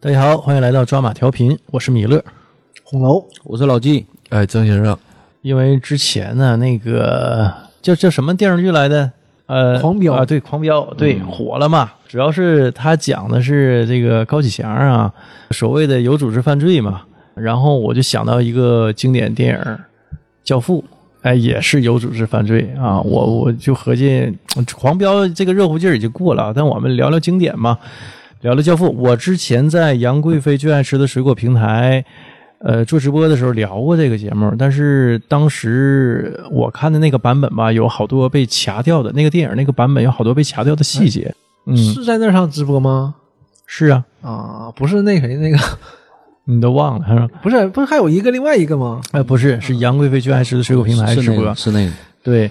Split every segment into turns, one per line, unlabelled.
大家好，欢迎来到抓马调频，我是米勒。
红楼
我是老纪，哎，曾先生，
因为之前呢，那个叫叫什么电视剧来的？呃，
狂飙嗯
啊，对，狂飙，对，火了嘛。主要是他讲的是这个高启强啊，所谓的有组织犯罪嘛。然后我就想到一个经典电影《教父》，哎，也是有组织犯罪啊。我我就合计，狂飙这个热乎劲儿已经过了，但我们聊聊经典嘛，聊聊《教父》。我之前在杨贵妃最爱吃的水果平台。呃，做直播的时候聊过这个节目，但是当时我看的那个版本吧，有好多被掐掉的那个电影那个版本有好多被掐掉的细节。嗯，
是在那上直播吗？
是啊，
啊，不是那谁那个，
你都忘了是吧？
不是不是还有一个另外一个吗？
哎，不是，是杨贵妃最爱吃的水果平台
是
直
那
播
个，。是那个，
对，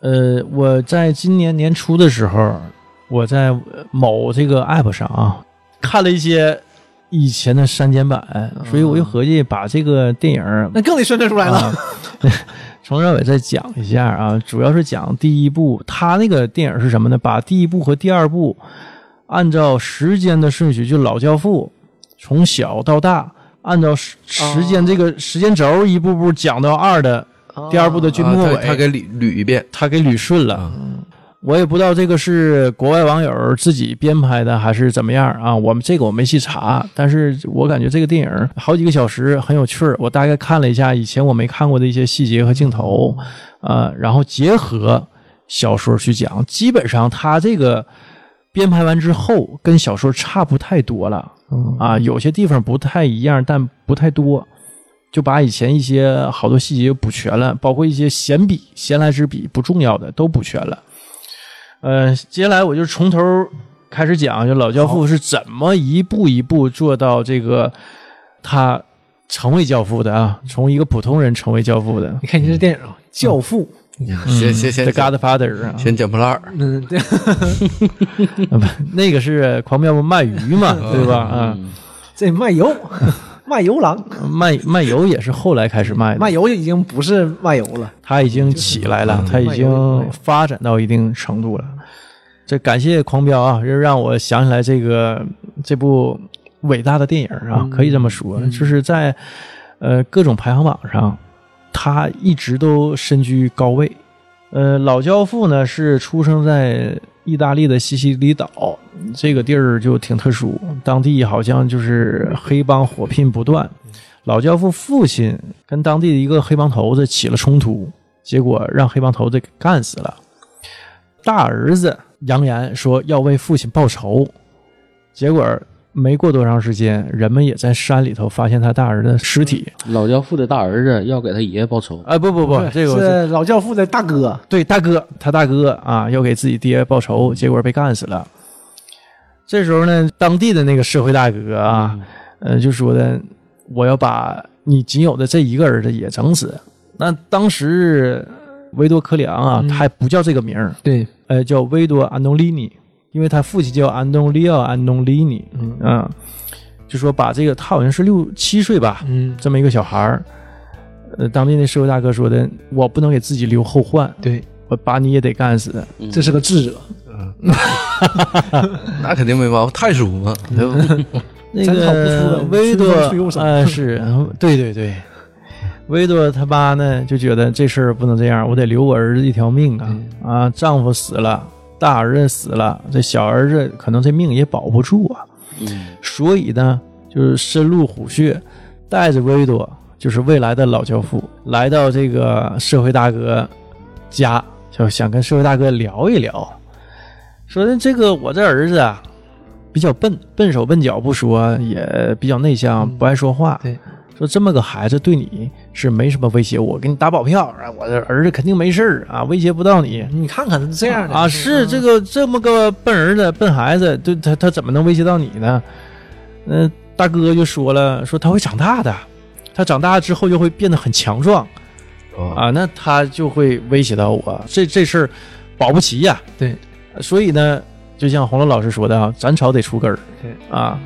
呃，我在今年年初的时候，我在某这个 app 上啊，看了一些以前的删减版，所以我就合计把这个电影儿
那更得顺着出来了。
啊，从头到尾再讲一下啊，主要是讲第一部，他那个电影是什么呢？把第一部和第二部按照时间的顺序，就老教父从小到大，按照时时间这个时间轴一步步讲到二的第二部的剧
啊
末尾，
他他给捋捋一遍，
他给捋顺了。我也不知道这个是国外网友自己编排的还是怎么样啊，我们这个我没细查，但是我感觉这个电影好几个小时很有趣儿，我大概看了一下以前我没看过的一些细节和镜头，呃，然后结合小说去讲，基本上他这个编排完之后跟小说差不太多了啊，有些地方不太一样，但不太多。就把以前一些好多细节补全了，包括一些闲笔、闲来之笔不重要的都补全了。呃，接下来我就从头开始讲，就老教父是怎么一步一步做到这个他成为教父的啊，从一个普通人成为教父的
你看你这电
嗯
影《啊，《教父》，
先先
，The
先
Godfather 啊，
先捡破烂儿，
嗯，对，
那个是狂飙卖鱼嘛，对吧？啊，
这 卖油，卖油郎，
卖卖油也是后来开始卖的，
卖油就已经不是卖油了。
他已经起来了，他已经发展到一定程度了。这感谢狂飙啊，又让我想起来这个这部伟大的电影啊，可以这么说，就是在呃各种排行榜上，他一直都身居高位。呃，老教父呢是出生在意大利的西西里岛，这个地儿就挺特殊，当地好像就是黑帮火拼不断。老教父父亲跟当地的一个黑帮头子起了冲突，结果让黑帮头子给干死了。大儿子扬言说要为父亲报仇，结果没过多长时间，人们也在山里头发现他大儿子的尸体。
老教父的大儿子要给他爷爷报仇，
啊、不不不，这个我
是老教父的大哥，
对大哥，他大哥啊，要给自己爹报仇，结果被干死了。这时候呢，当地的那个社会大哥啊，呃，就说的我要把你仅有的这一个儿子也整死。那当时维多科里昂啊，他还不叫这个名儿，
对，
呃，叫维多安东利尼，因为他父亲叫安东利奥安东利尼，嗯、就说把这个他好像是六七岁吧，
嗯，
这么一个小孩儿，呃，当地那社会大哥说的，我不能给自己留后患，
对，
我把你也得干死。
这是个智者，
那肯定没毛病，太舒服了，
嗯
对 吧
那
咱逃不出
个
了
维多
春风吹又生
啊，是对对对，维多他妈呢就觉得这事儿不能这样，我得留我儿子一条命啊
嗯
啊！丈夫死了，大儿子死了，这小儿子可能这命也保不住啊，
嗯
所以呢，就是深入虎穴，带着维多，就是未来的老教父，来到这个社会大哥家，就想跟社会大哥聊一聊，说的这个我这儿子啊。比较笨，笨手笨脚不说，也比较内向，不爱说话。
对，
说这么个孩子对你是没什么威胁，我给你打保票啊，我这儿子肯定没事儿啊，威胁不到你。
你看看这样的嗯
啊，是这个这么个笨儿子、笨孩子，对他他怎么能威胁到你呢？嗯、大哥就说了，说他会长大的，他长大之后就会变得很强壮
嗯
哦
啊，那他就会威胁到我，这这事儿保不齐呀、
对，
所以呢，就像红楼老师说的啊，斩草得除根儿
对
啊。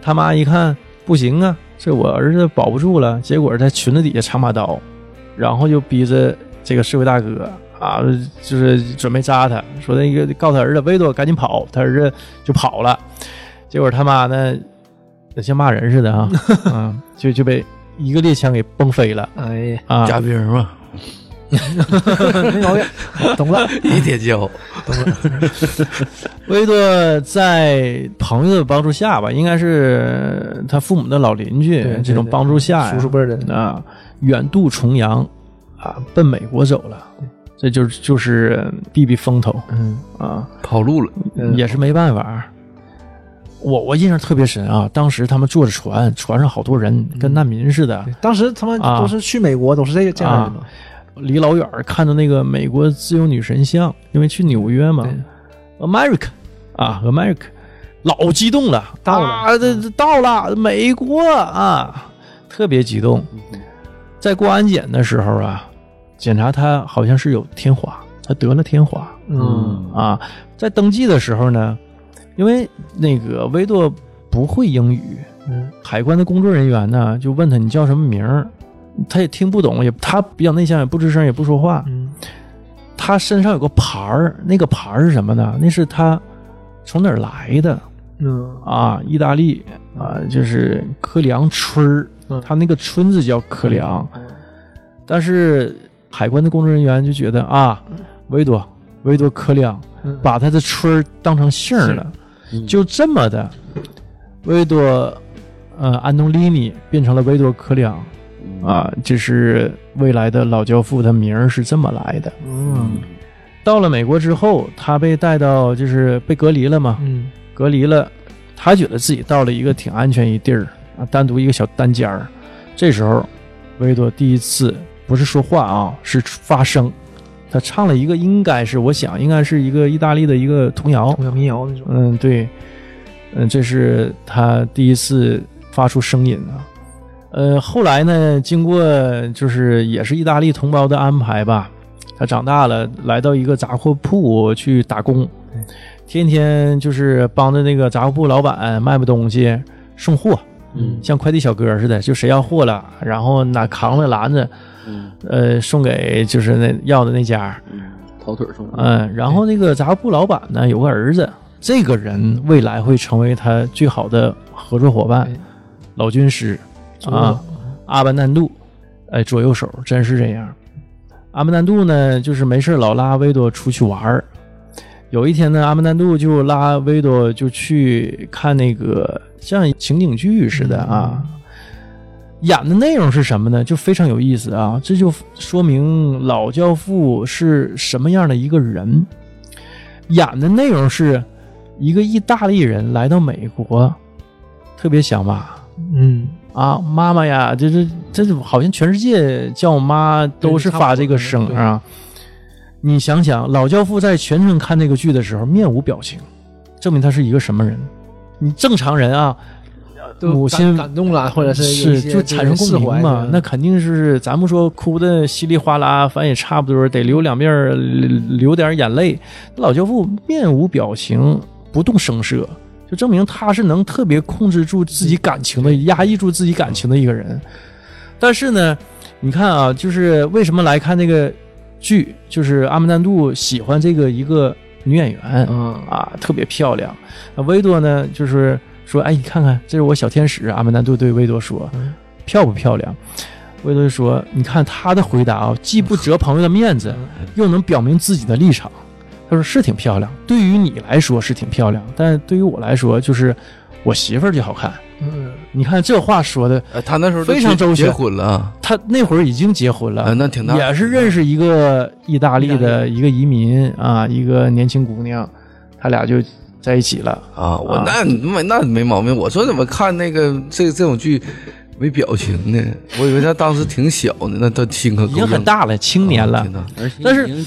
他妈一看不行啊，这我儿子保不住了，结果在裙子底下藏把刀，然后就逼着这个社会大哥啊，就是准备扎他，说那个告诉他儿子维多赶紧跑，他儿子就跑了。结果他妈呢那像骂人似的 啊，嗯，就就被一个猎枪给崩飞了
哎呀，
啊，
嘉宾嘛，
没毛病，懂了。
一铁锹，
维多在朋友的帮助下吧，应该是他父母的老邻居
对对
这种帮助下呀，
叔叔辈儿的，
啊，远渡重洋啊，奔美国走了，这就是就是避避风头
嗯，
啊，
跑路了，
嗯
也是没办法。我我印象特别深啊，当时他们坐着船，船上好多人，跟
嗯
难民似的，
当时他们
啊
都是去美国，都是这这样的嘛。
离老远儿看着那个美国自由女神像，因为去纽约嘛，America 啊，America，老激动了，
到了嗯
啊，这这到了美国啊，特别激动。
嗯
在过安检的时候啊，检查他好像是有天花，他得了天花
嗯，
啊。在登记的时候呢，因为那个维多不会英语，
嗯
海关的工作人员呢就问他你叫什么名儿，他也听不懂，也他比较内向，也不吱声，也不说话。
嗯，
他身上有个牌儿，那个牌儿是什么呢？那是他从哪儿来的
嗯，
啊？意大利啊，就是科里昂村儿
嗯，
他那个村子叫科里昂。但是海关的工作人员就觉得啊，维多维多科里昂
嗯
把他的村儿当成姓儿了，
嗯
就这么的，维多呃安东尼尼变成了维多科里昂啊，这是未来的老教父，他名儿是这么来的。
嗯
到了美国之后，他被带到就是被隔离了嘛，
嗯
隔离了，他觉得自己到了一个挺安全一地儿啊，单独一个小单间儿。这时候，维多第一次不是说话啊，是发声，他唱了一个应该是我想应该是一个意大利的一个童谣，
童谣民谣那种。
嗯，对，嗯，这是他第一次发出声音啊。呃，后来呢，经过就是也是意大利同胞的安排吧，他长大了，来到一个杂货铺去打工，天天就是帮着那个杂货铺老板卖卖东西、送货，
嗯
像快递小哥似的，就谁要货了，然后拿扛着篮子，
嗯
呃，送给就是那要的那家。
嗯，跑腿儿送，
嗯，然后那个杂货铺老板呢有个儿子，这个人未来会成为他最好的合作伙伴
哎，
老军师啊，阿班南度，哎，左右手真是这样。阿班南度呢，就是没事老拉维多出去玩儿。有一天呢，阿班南度就拉维多就去看那个像情景剧似的啊，演的内容是什么呢？就非常有意思啊！这就说明老教父是什么样的一个人。演的内容是一个意大利人来到美国，特别想妈
嗯，
啊，妈妈呀，这这这这好像全世界叫妈都是发这个声
对差不多
啊。你想想，老教父在全程看这个剧的时候面无表情，证明他是一个什么人？你正常人啊，
都
母
感
亲
感动了，啊或者有一
是
些
就产生共鸣嘛
释怀？
那肯定是，咱不说哭的稀里哗啦，反正也差不多，得流两面儿流流点眼泪。老教父面无表情，不动声色，就证明他是能特别控制住自己感情的，压抑住自己感情的一个人。但是呢，你看啊，就是为什么来看这个剧，就是阿姆南杜喜欢这个一个女演员，
嗯
啊，特别漂亮。那维多呢，就是说，哎，你看看，这是我小天使。阿曼南杜对维多说
嗯，
漂不漂亮？维多就说，你看他的回答
嗯
啊，既不折朋友的面子，又能表明自己的立场。他说是挺漂亮，对于你来说是挺漂亮，但对于我来说，就是我媳妇儿就好看。
嗯，
你看这话说的，
哎他那时候都
非常
结
周全
结婚了啊，
他那会儿已经结婚了
啊，，那挺大，
也是认识一个意大利的一个移民啊，一个年轻姑娘，他俩就在一起了。
啊，我
啊
那没那没毛病。我说怎么看那个这这种剧没表情呢？我以为他当时挺小呢，那他亲可
已经很大了，青
啊
年了。
而且
但是
已经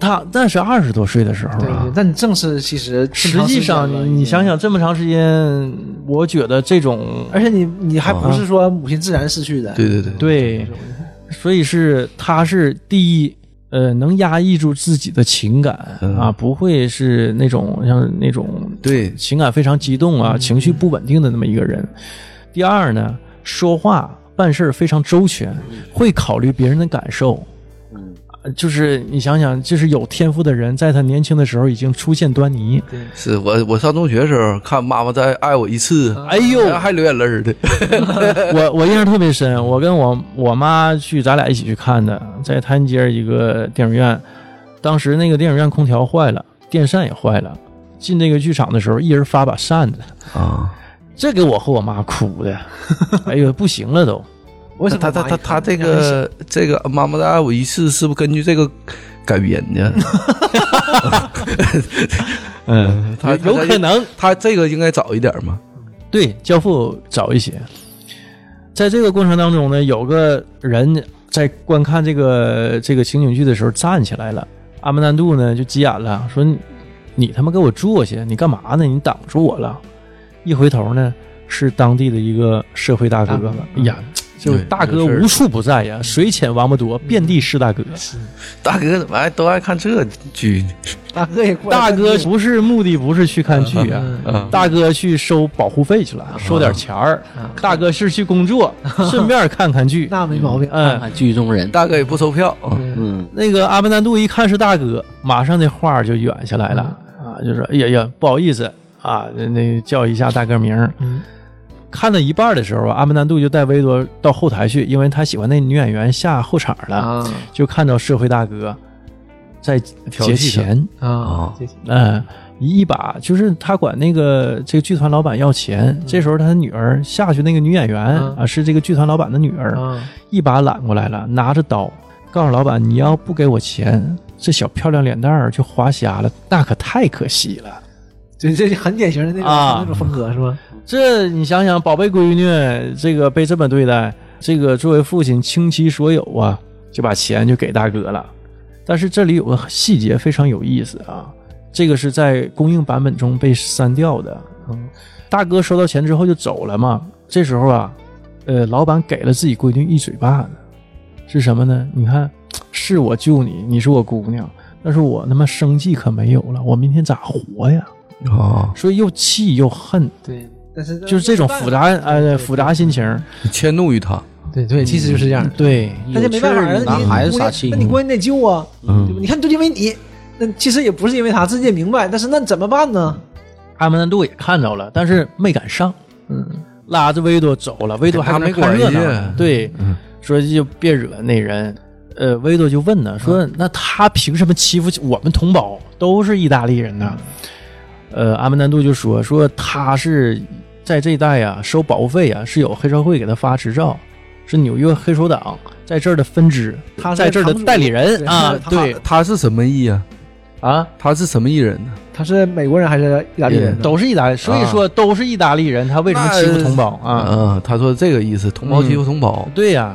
他那是二十多岁的时候
对
啊。。
那你正是其实
实际上，你你想
想。
想，这么长时间，我觉得这种
而且你你还不是说母亲自然逝去的，
对对对，
对，所以是他是第一，呃，能压抑住自己的情感
嗯
啊，不会是那种像那种
对
情感非常激动啊，情绪不稳定的那么一个人。第二呢，说话办事儿非常周全，会考虑别人的感受。
嗯
啊就是你想想，就是有天赋的人，在他年轻的时候已经出现端倪。
是我我上中学的时候看《妈妈再爱我一次》，
哎呦，
然后还流眼泪儿的。
我我印象特别深，我跟我我妈去，咱俩一起去看的，在太原街一个电影院，当时那个电影院空调坏了，电扇也坏了。进那个剧场的时候，一人发把扇子，
啊，
这给我和我妈哭的，哎呦不行了都。
为什么
他他
蚂蚁
他
看
他这
人家还行
个这个《妈妈再爱我一次》是不是根据这个改编的？
嗯，
他
有可能
他这个应该早一点嘛？
对交付早一些。在这个过程当中呢，有个人在观看这个这个情景剧的时候站起来了，阿曼南度呢就急眼了，说你：“你他妈给我坐下！你干嘛呢？你挡住我了！”一回头呢，是当地的一个社会大哥。
大哥
哎呀，就是
嗯对
大哥
有事儿
无处不在呀，水浅王八多，遍地是大哥。
嗯大哥怎么爱都爱看这剧呢？
大哥也过来嗯
大
看
哥
剧
不是目的不是去看剧啊，
啊，
大哥去收保护费去了，收点钱儿。
啊
大哥是去工 作，顺便看看剧。
那啊没毛病，
嗯，
看剧中人，
大哥也不收票，
嗯，
那个阿曼南度一看是大哥，马上这话就远下来了
嗯
啊，就说：“哎呀呀，不好意思啊，那那叫一下大哥名儿。
嗯
看到一半的时候，阿曼南度就带维多到后台去，因为他喜欢那女演员下后场了，
啊
就看到社会大哥在
戏
结
他
钱。
啊
啊，
这
嗯，一把就是他管那个这个剧团老板要钱，这时候他女儿下去那个女演员
嗯
啊是这个剧团老板的女儿，
啊
一把揽过来了，拿着刀告诉老板，你要不给我钱，这小漂亮脸蛋儿就划瞎了，那可太可惜了。
这这很典型的那种
啊
那种风格是吧？
这你想想，宝贝闺女这个被这么对待，这个作为父亲倾其所有啊，就把钱就给大哥了。但是这里有个细节非常有意思啊，这个是在公映版本中被删掉的。
嗯
大哥收到钱之后就走了嘛，这时候啊，呃，老板给了自己闺女一嘴巴子，是什么呢？你看，是我救你，你是我姑娘，但是我他妈生计可没有了，我明天咋活呀？
啊，
所以又气又恨，
对，但是
就是这种复杂呃复杂心情。
迁怒于他。
对对，其实就是这样的。
对，
那嗯就没办法
有
了，
事儿
那
拿
你
孩
姑
子撒
娘
气
那，你姑娘你得救啊，
嗯
对吧？你看，就因为你，那其实也不是因为他，自己也明白，但是那怎么办呢？
阿曼南度也看着了，但是没敢上，
嗯，
拉着维多走了，维多还
他
在那
没
看热闹
管
呢
人家
对，说就别惹那人。呃，维多就问呢，说那他凭什么欺负我们同胞？都是意大利人呢？呃，阿曼南度就说说他是在这一带啊收保护费啊，是有黑社会给他发执照，是纽约黑手党在这儿的分支，
他是
在这儿的代理人
对
啊，
他
对
他是什么意啊？
啊，
他是什么艺人呢？
他是美国人还是意大利人呢？
都是意大利，所以说都是意大利人，他为什么欺负同胞啊？嗯
啊，他说这个意思，同胞欺负同胞。
对呀、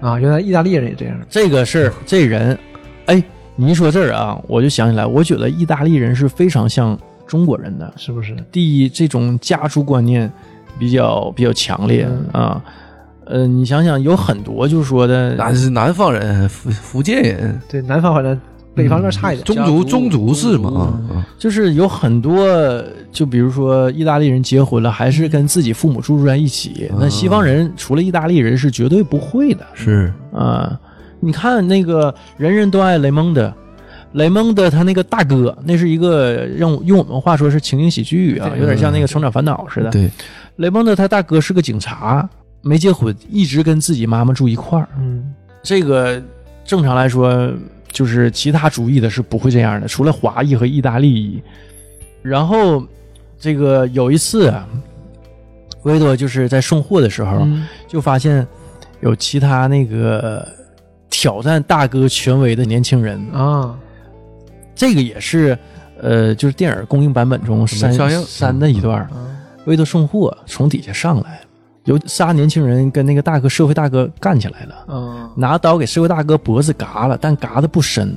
啊，原来意大利人也这样。
这个事儿，这人，哎，你一说这儿啊，我就想起来，我觉得意大利人是非常像中国人的。
是不是？
第一，这种家族观念比较比较强烈、啊。呃，你想想，有很多就说的，
那是南方人，福福建人，
对，南方反正北方那差一点。
宗族宗族是嘛？啊
就是有很多，就比如说意大利人结婚了，还是跟自己父母住在一起。那西方人除了意大利人是绝对不会的。
是
啊，你看那个人人都爱雷蒙德，雷蒙德他那个大哥，那是一个用用我们话说是情景喜剧啊，
对
有点像那个《成长烦恼》似的。
对，
雷蒙德他大哥是个警察，没结婚，一直跟自己妈妈住一块儿。
嗯，
这个正常来说，就是其他族裔的是不会这样的，除了华裔和意大利裔。然后这个有一次啊，维多就是在送货的时
嗯
候，就发现有其他那个挑战大哥权威的年轻人，
啊，
这个也是呃，就是电影公映版本中删
上映嗯
删的一段
啊
儿，为了送货从底下上来，有仨年轻人跟那个大哥社会大哥干起来了，
嗯，
拿刀给社会大哥脖子嘎了，但嘎的不深，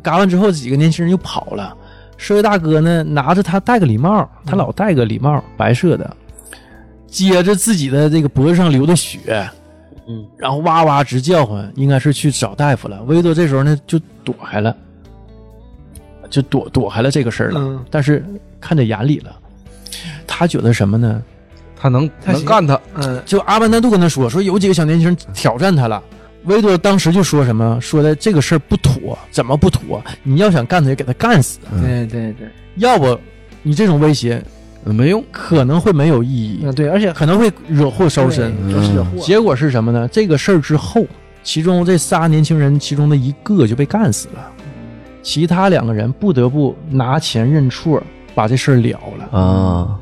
嘎完之后几个年轻人就跑了。社会大哥呢，拿着他戴个礼帽，他老戴个礼帽，白色的，接着自己的这个脖子上流的血，
嗯，
然后哇哇直叫唤，应该是去找大夫了。维多这时候呢就躲开了，就躲躲开了这个事儿了，
嗯
但是看在眼里了。他觉得什么呢？
他能
他
能干他，
嗯，
就阿曼南度跟他说，说有几个小年轻挑战他了，维多当时就说什么，说的这个事儿不妥，怎么不妥？你要想干他，就给他干死，
对对对，
要不你这种威胁
没用，
可能会没有意义，
嗯对，而且
可能会惹祸烧身。嗯
对惹事惹祸，
结果是什么呢？这个事儿之后，其中这仨年轻人其中的一个就被干死了，其他两个人不得不拿钱认错，把这事儿了了。
嗯
啊，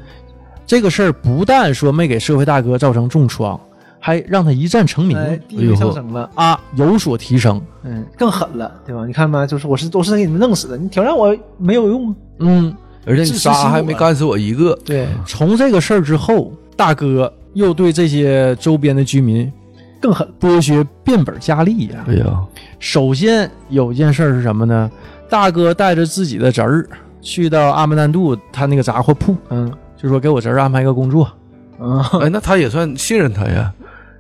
这个事儿不但说没给社会大哥造成重创，还让他一战成名、
哎，地位上升了，
啊，有所提升。
嗯，更狠了，对吧？你看吧，就是我是都是给你们弄死的，你挑战我没有用啊。
嗯，
而且你
啊
仨还没干死我一个，
对，
从这个事儿之后，大哥又对这些周边的居民
更狠。
剥削变本加厉呀、
哎呀，
首先有一件事儿是什么呢？大哥带着自己的侄儿去到阿曼南杜他那个杂货铺，
嗯
就说给我侄儿安排一个工作。
啊，
哎，那他也算信任他呀，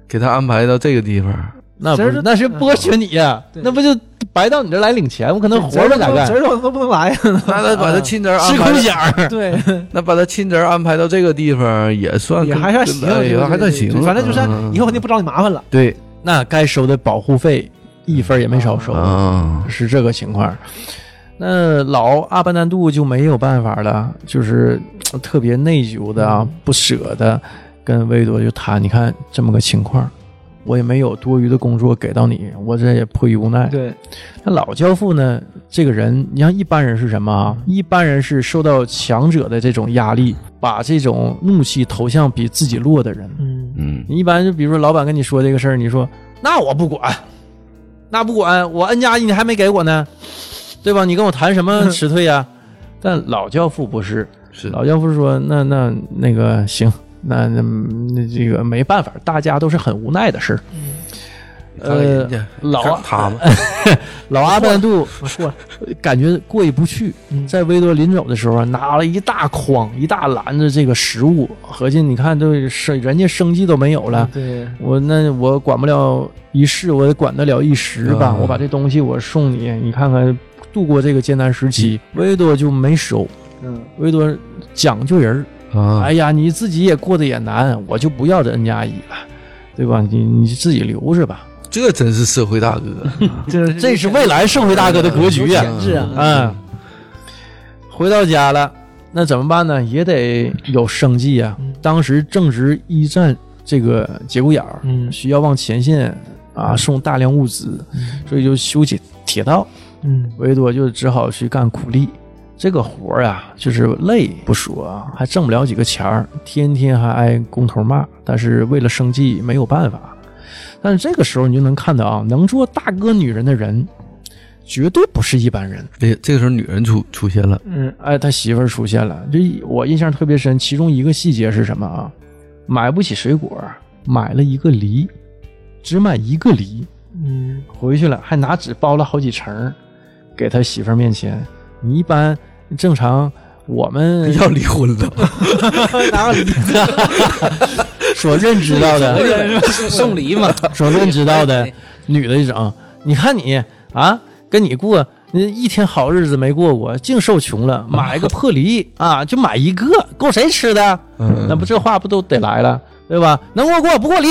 给他安排到这个 地方，
那不
侄
是
儿，嗯
那是剥削你呀、
对
那不就白到你这来领钱？我可能活着咋干
侄？儿都都不能来 呀。
那他把他亲侄儿安
吃
排
空
到，
饷儿，
对，
那把他亲侄儿安排到这个地方也
嗯
算
也
跟
还算行，
哎
对
也
对
还算
对
行
对
了，
反正就是
嗯
以后肯定不找你麻烦了。
对，那该收的保护费一分儿也没少收。
啊，
是这个情况。那老阿班南度就没有办法了，就是嘖特别内疚的啊，不舍得跟维多就谈。你看这么个情况，我也没有多余的工作给到你，我这也迫于无奈。
对，
那老教父呢，这个人，你像一般人是什么啊？一般人是受到强者的这种压力，把这种怒气投向比自己弱的人。
嗯，
嗯，
你一般就比如说老板跟你说这个事儿，你说那我不管，那不管，我 N 加一你还没给我呢，对吧？你跟我谈什
嗯
么辞退呀、但老教父不是，
是
老教父说那那那个行，那那那这个没办法，大家都是很无奈的事儿。
看看人
呃，
家
老
看
啊
他们，
老阿曼杜
我错了。
感觉过意不去，
嗯
在维多临走的时候啊，拿了一大筐一大篮子这个食物，合计你看都是人家生计都没有了，
嗯对，
我那我管不了一世，我也管得了一时吧。
嗯
我把这东西我送你，你看看度过这个艰难时期。维多就没收，
嗯，
维多讲究人儿，
啊，
哎呀，你自己也过得也难，我就不要这 N 加一了，对吧？你你自己留着吧，
这真是社会大哥，
这
这是未来社会大哥的格局呀、
有潜质啊。
嗯，回到家了，那怎么办呢？也得有生计呀、
嗯
当时正值一战这个节骨眼儿，
嗯
需要往前线啊送大量物资，所以就修起铁道。
嗯
维多就只好去干苦力。这个活儿啊，就是累不说啊，还挣不了几个钱儿，天天还挨工头骂。但是为了生计，没有办法。但是这个时候，你就能看到啊，能做大哥女人的人，绝对不是一般人。
哎呀，这个时候女人出出现了，
嗯，
哎，他媳妇儿出现了，这我印象特别深。其中一个细节是什么啊？买不起水果，买了一个梨，只买一个梨，
嗯，
回去了还拿纸包了好几层儿，给他媳妇儿面前。你一般正常，我们
嗯
要离婚了，
哪有理
所认知到的，
送礼嘛，
所认知到的女的一整，你看你啊，跟你过。那一天好日子没过过，净受穷了，买个破梨啊，就买一个，够谁吃的？
嗯
那不这话不都得来了，对吧？能过过，不过离，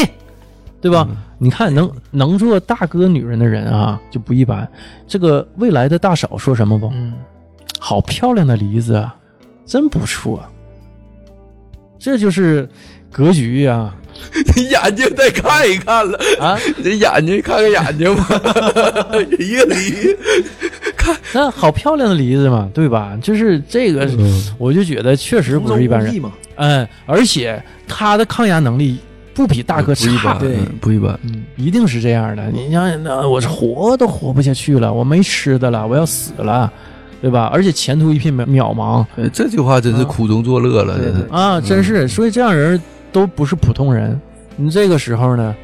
对吧？你看能能做大哥女人的人啊，就不一般。这个未来的大嫂说什么不？
嗯，
好漂亮的梨子，啊，真不错。这就是格局呀、
你眼睛再看一看了，
啊！啊，
你这眼睛看看眼睛 吧，一个梨，
那好漂亮的梨子嘛，对吧？就是这个，
嗯
我就觉得确实不是一般人。
嘛。
嗯，而且他的抗压能力不比大哥
不一
差
般，。
对
嗯不一般，
一定是这样的。你想想，那我是活都活不下去了，我没吃的了，我要死了，对吧？而且前途一片渺渺茫
哎这句话真是苦中作乐了，
啊对
真是
啊，真是。所以这样人都不是普通人。你这个时候呢，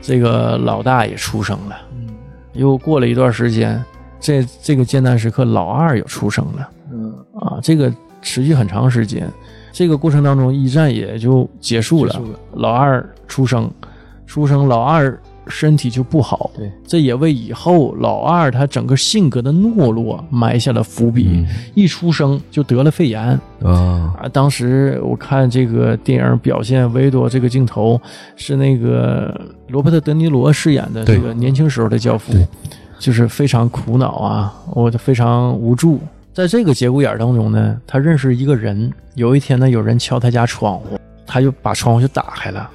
这个老大也出生了，
嗯
又过了一段时间，这这个艰难时刻，老二也出生了
嗯，
啊，这个持续很长时间。这个过程当中，一战也就结束了。
结束了
老二出生，出生老二身体就不好。
对，
这也为以后老二他整个性格的懦弱埋下了伏笔。一出生就得了肺炎，
嗯啊，
啊，当时我看这个电影表现维多这个镜头是那个罗伯特·德尼罗饰演的这个年轻时候的教父，就是非常苦恼啊，我就非常无助。在这个节骨眼儿当中呢，他认识一个人，有一天呢，有人敲他家窗户，他就把窗户就打开了。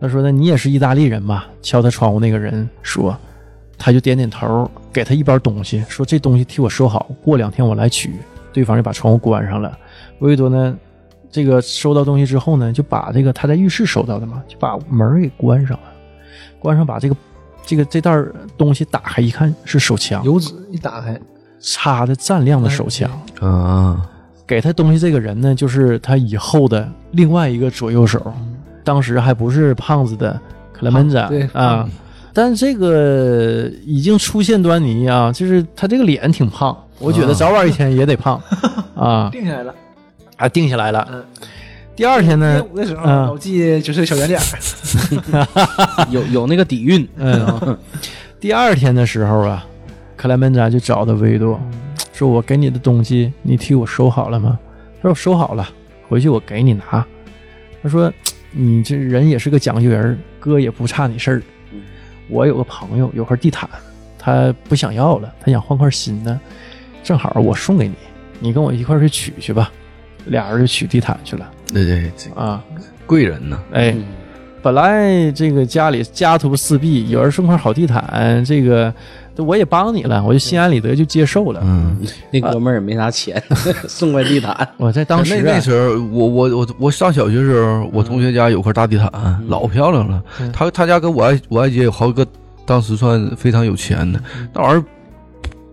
他说呢，你也是意大利人吧？敲他窗户那个人说，他就点点头，给他一包东西，说这东西替我收好，过两天我来取。对方就把窗户关上了。维多呢，这个收到东西之后呢，就把这个他在浴室收到的嘛，就把门儿给关上了，关上把这个这个这袋儿东西打开一看是手枪，
油纸一打开，嗯
插的锃
哎
亮的手枪。
啊，
给他东西这个人呢，就是他以后的另外一个左右手，当时还不是胖子的克莱门扎
胖对
啊。但这个已经出现端倪啊，就是他这个脸挺胖，我觉得早晚一天也得胖啊
定下来了。
啊，定下来了。
嗯，
第二天呢
练，武的时候
嗯
老记就是小圆脸儿，
有有那个底蕴，
嗯，第二天的时候啊，克莱门扎就找到维多，说：“我给你的东西，你替我收好了吗？”他说：“我收好了，回去我给你拿。”他说：“你这人也是个讲究人儿，哥也不差你事儿。我有个朋友有块地毯，他不想要了，他想换块新的，正好我送给你，你跟我一块儿去取去吧。”俩人就取地毯去了
对对，这
啊！
贵人呐，
哎，
嗯
本来这个家里家徒四壁，有人送块好地毯，这个我也帮你了，我就心安理得就接受了。
嗯，
那哥们儿也没啥钱， 送块地毯，
我在当时、
那
啊、
那时候，我我我我上小学时候，我同学家有块大地毯，老漂亮了。他他家跟我爱我爱姐有好几个，当时算非常有钱的，那玩意儿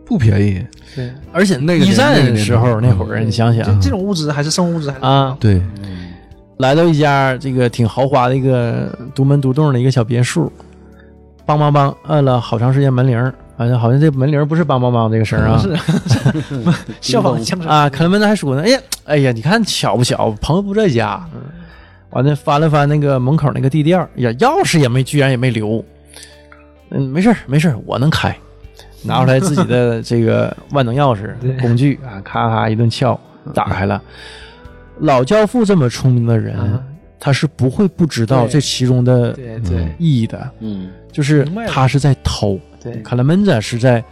不便宜。
而且
那个
一
年代那
战
个年代嗯
时候那会儿，你想
这
想
这种物质还是生物质还是
啊，
对，
来到一家这个挺豪华的一个独门独栋的一个小别墅，梆梆梆按了好长时间门铃儿，好像好像这门铃儿不是梆梆梆这个声儿啊。
效仿枪手
啊，克莱门还说呢，哎呀，哎呀，你看巧不巧，朋友不在家。
嗯
完了翻了翻那个门口那个地垫儿，呀，钥匙也没，居然也没留。嗯，没事儿，没事儿，我能开。拿出来自己 的这个万能钥匙工具啊，咔咔一顿撬，
嗯
打开了。老教父这么聪明的人，他是不会不知道
啊对
这其中的
对对
意义的。
嗯，
就是
明白了
他是在偷，
对
卡拉门扎是在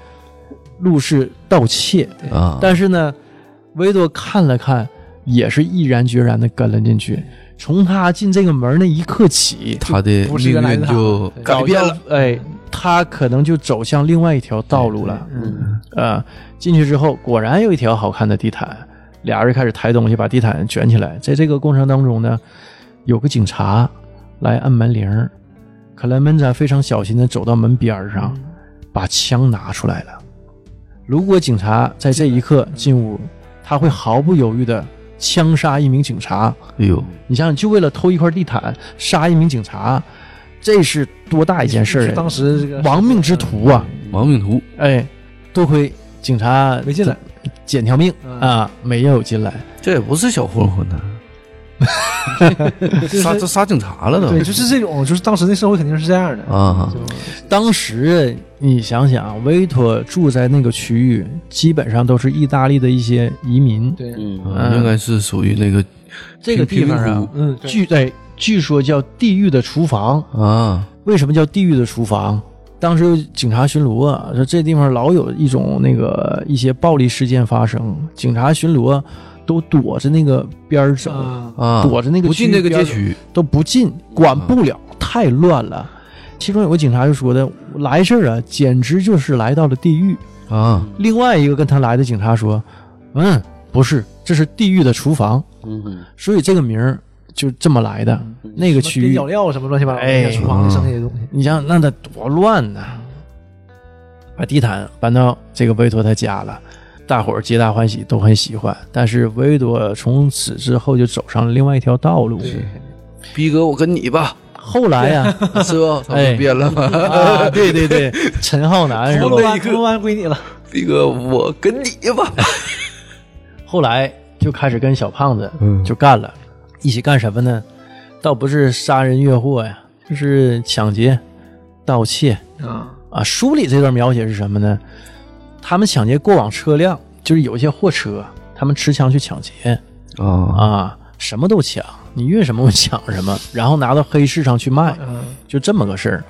入室盗窃，
啊，
但是呢，维多看了看，也是毅然决然的跟了进去。从他进这个门那一刻起，
他的
不是
命
原来
运
的他
就
对
改变了。
哎，他可能就走向另外一条道路了。
嗯，
呃，进去之后果然有一条好看的地毯，俩人开始抬东西，把地毯卷起来。在这个过程当中呢，有个警察来按门铃儿，克莱门扎非常小心的走到门边儿上，把枪拿出来了。如果警察在这一刻进屋，他会毫不犹豫的枪杀一名警察。
哎呦，
你想想，就为了偷一块地毯杀一名警察，这是多大一件事儿
是
啊！
当时这个嗯
亡命之徒啊！
亡命徒，
哎，多亏警察
没进来，
捡条命
嗯
啊，没有进来。
这也不是小混混呐，杀这杀警察了
对，
都
就是这种，就是当时那社会肯定是这样的。
啊！
当时你想想，维托住在那个区域，基本上都是意大利的一些移民。
对，
嗯，
啊应该是属于那个
这个地方啊，
嗯，对
据哎，据说叫地狱的厨房。
啊，
为什么叫地狱的厨房？当时有警察巡逻啊，说这地方老有一种那个一些暴力事件发生，警察巡逻都躲着那个边儿走，
啊，
啊，
躲着那个
不进那个
边
街
儿
区，啊
都不进，管不了，太乱了。其中有个警察就说的，来事儿啊，简直就是来到了地狱。
啊，
另外一个跟他来的警察说，嗯，不是，这是地狱的厨房，
嗯，
所以这个名儿就这么来的。
嗯
那个区
边
域
角，料什么乱七八糟，
哎
厨房里剩下的东西，
你想想那得多乱呐！把地毯搬到这个维多他家了，大伙儿皆大欢喜，都很喜欢。但是维多从此之后就走上了另外一条道路。
逼哥，我跟你 吧，
后来呀、
是吧？他
哎
们变了吗？
啊，对对对，陈浩南是
铜
吧
锣？湾，铜锣湾归你了。
逼哥，我跟你吧。
后来就开始跟小胖子就干了，一起干什么呢？倒不是杀人越货呀，就是抢劫、盗窃
啊，
啊。书里这段描写是什么呢？他们抢劫过往车辆，就是有一些货车，他们持枪去抢劫
啊
啊，什么都抢，你运什么我抢什么，然后拿到黑市上去卖，
嗯
就这么个事儿。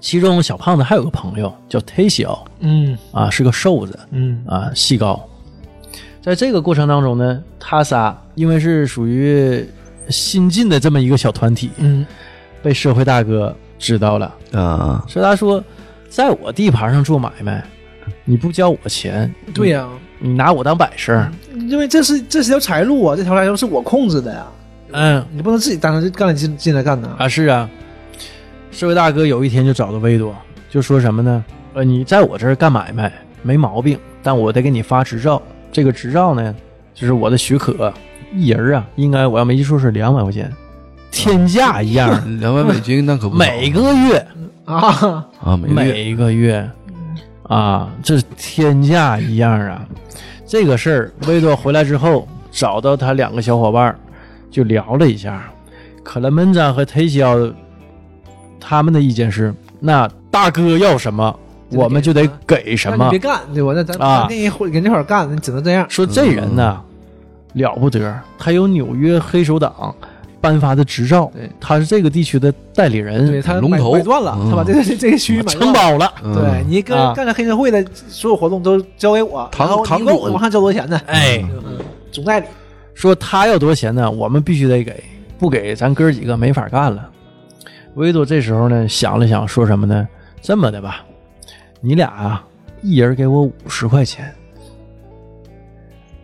其中小胖子还有个朋友叫忒小
嗯
啊，是个瘦子，
嗯
啊，细高。在这个过程当中呢，他仨因为是属于新进的这么一个小团体，
嗯
被社会大哥知道了。
啊！，
社大说，在我地盘上做买卖，你不交我钱，
对呀、
你拿我当摆设。
因为这是这是条财路啊，这条财路是我控制的呀、
嗯
你不能自己单纯就干了进进来干的。
啊，是啊。社会大哥有一天就找到维多，就说什么呢？呃，你在我这儿干买卖没毛病，但我得给你发执照。这个执照呢，就是我的许可，一人儿啊，应该我要没记错是两百块钱，天价一样儿
两百美金那可不少
每个月，
啊，
啊每个月
每个月，啊，这是天价一样儿啊。这个事儿，维多回来之后找到他两个小伙伴儿，就聊了一下。克莱门扎和忒西奥他们的意见是：那大哥要什么，
就得
我们就得给什
那你
么
别。干，对吧？那咱
啊
咱跟人伙人家伙干，你只能这样。
说这人
嗯
呢，了不得，他有纽约黑手党颁发的执照
对，
他是这个地区的代理
对
人，
他
龙
买
头
买断了，
嗯
他把这个这个区域买
承包
断了。
了。
嗯
对你跟
啊
干这黑社会的所有活动都交给我，
堂
然后
堂
你给我
主
往上交多少钱呢？
哎，
总代理
说他要多少钱呢？我们必须得给，不给咱哥几个没法干了。维多这时候呢想了想，说什么呢？这么的吧，你俩啊，一人给我五十块钱，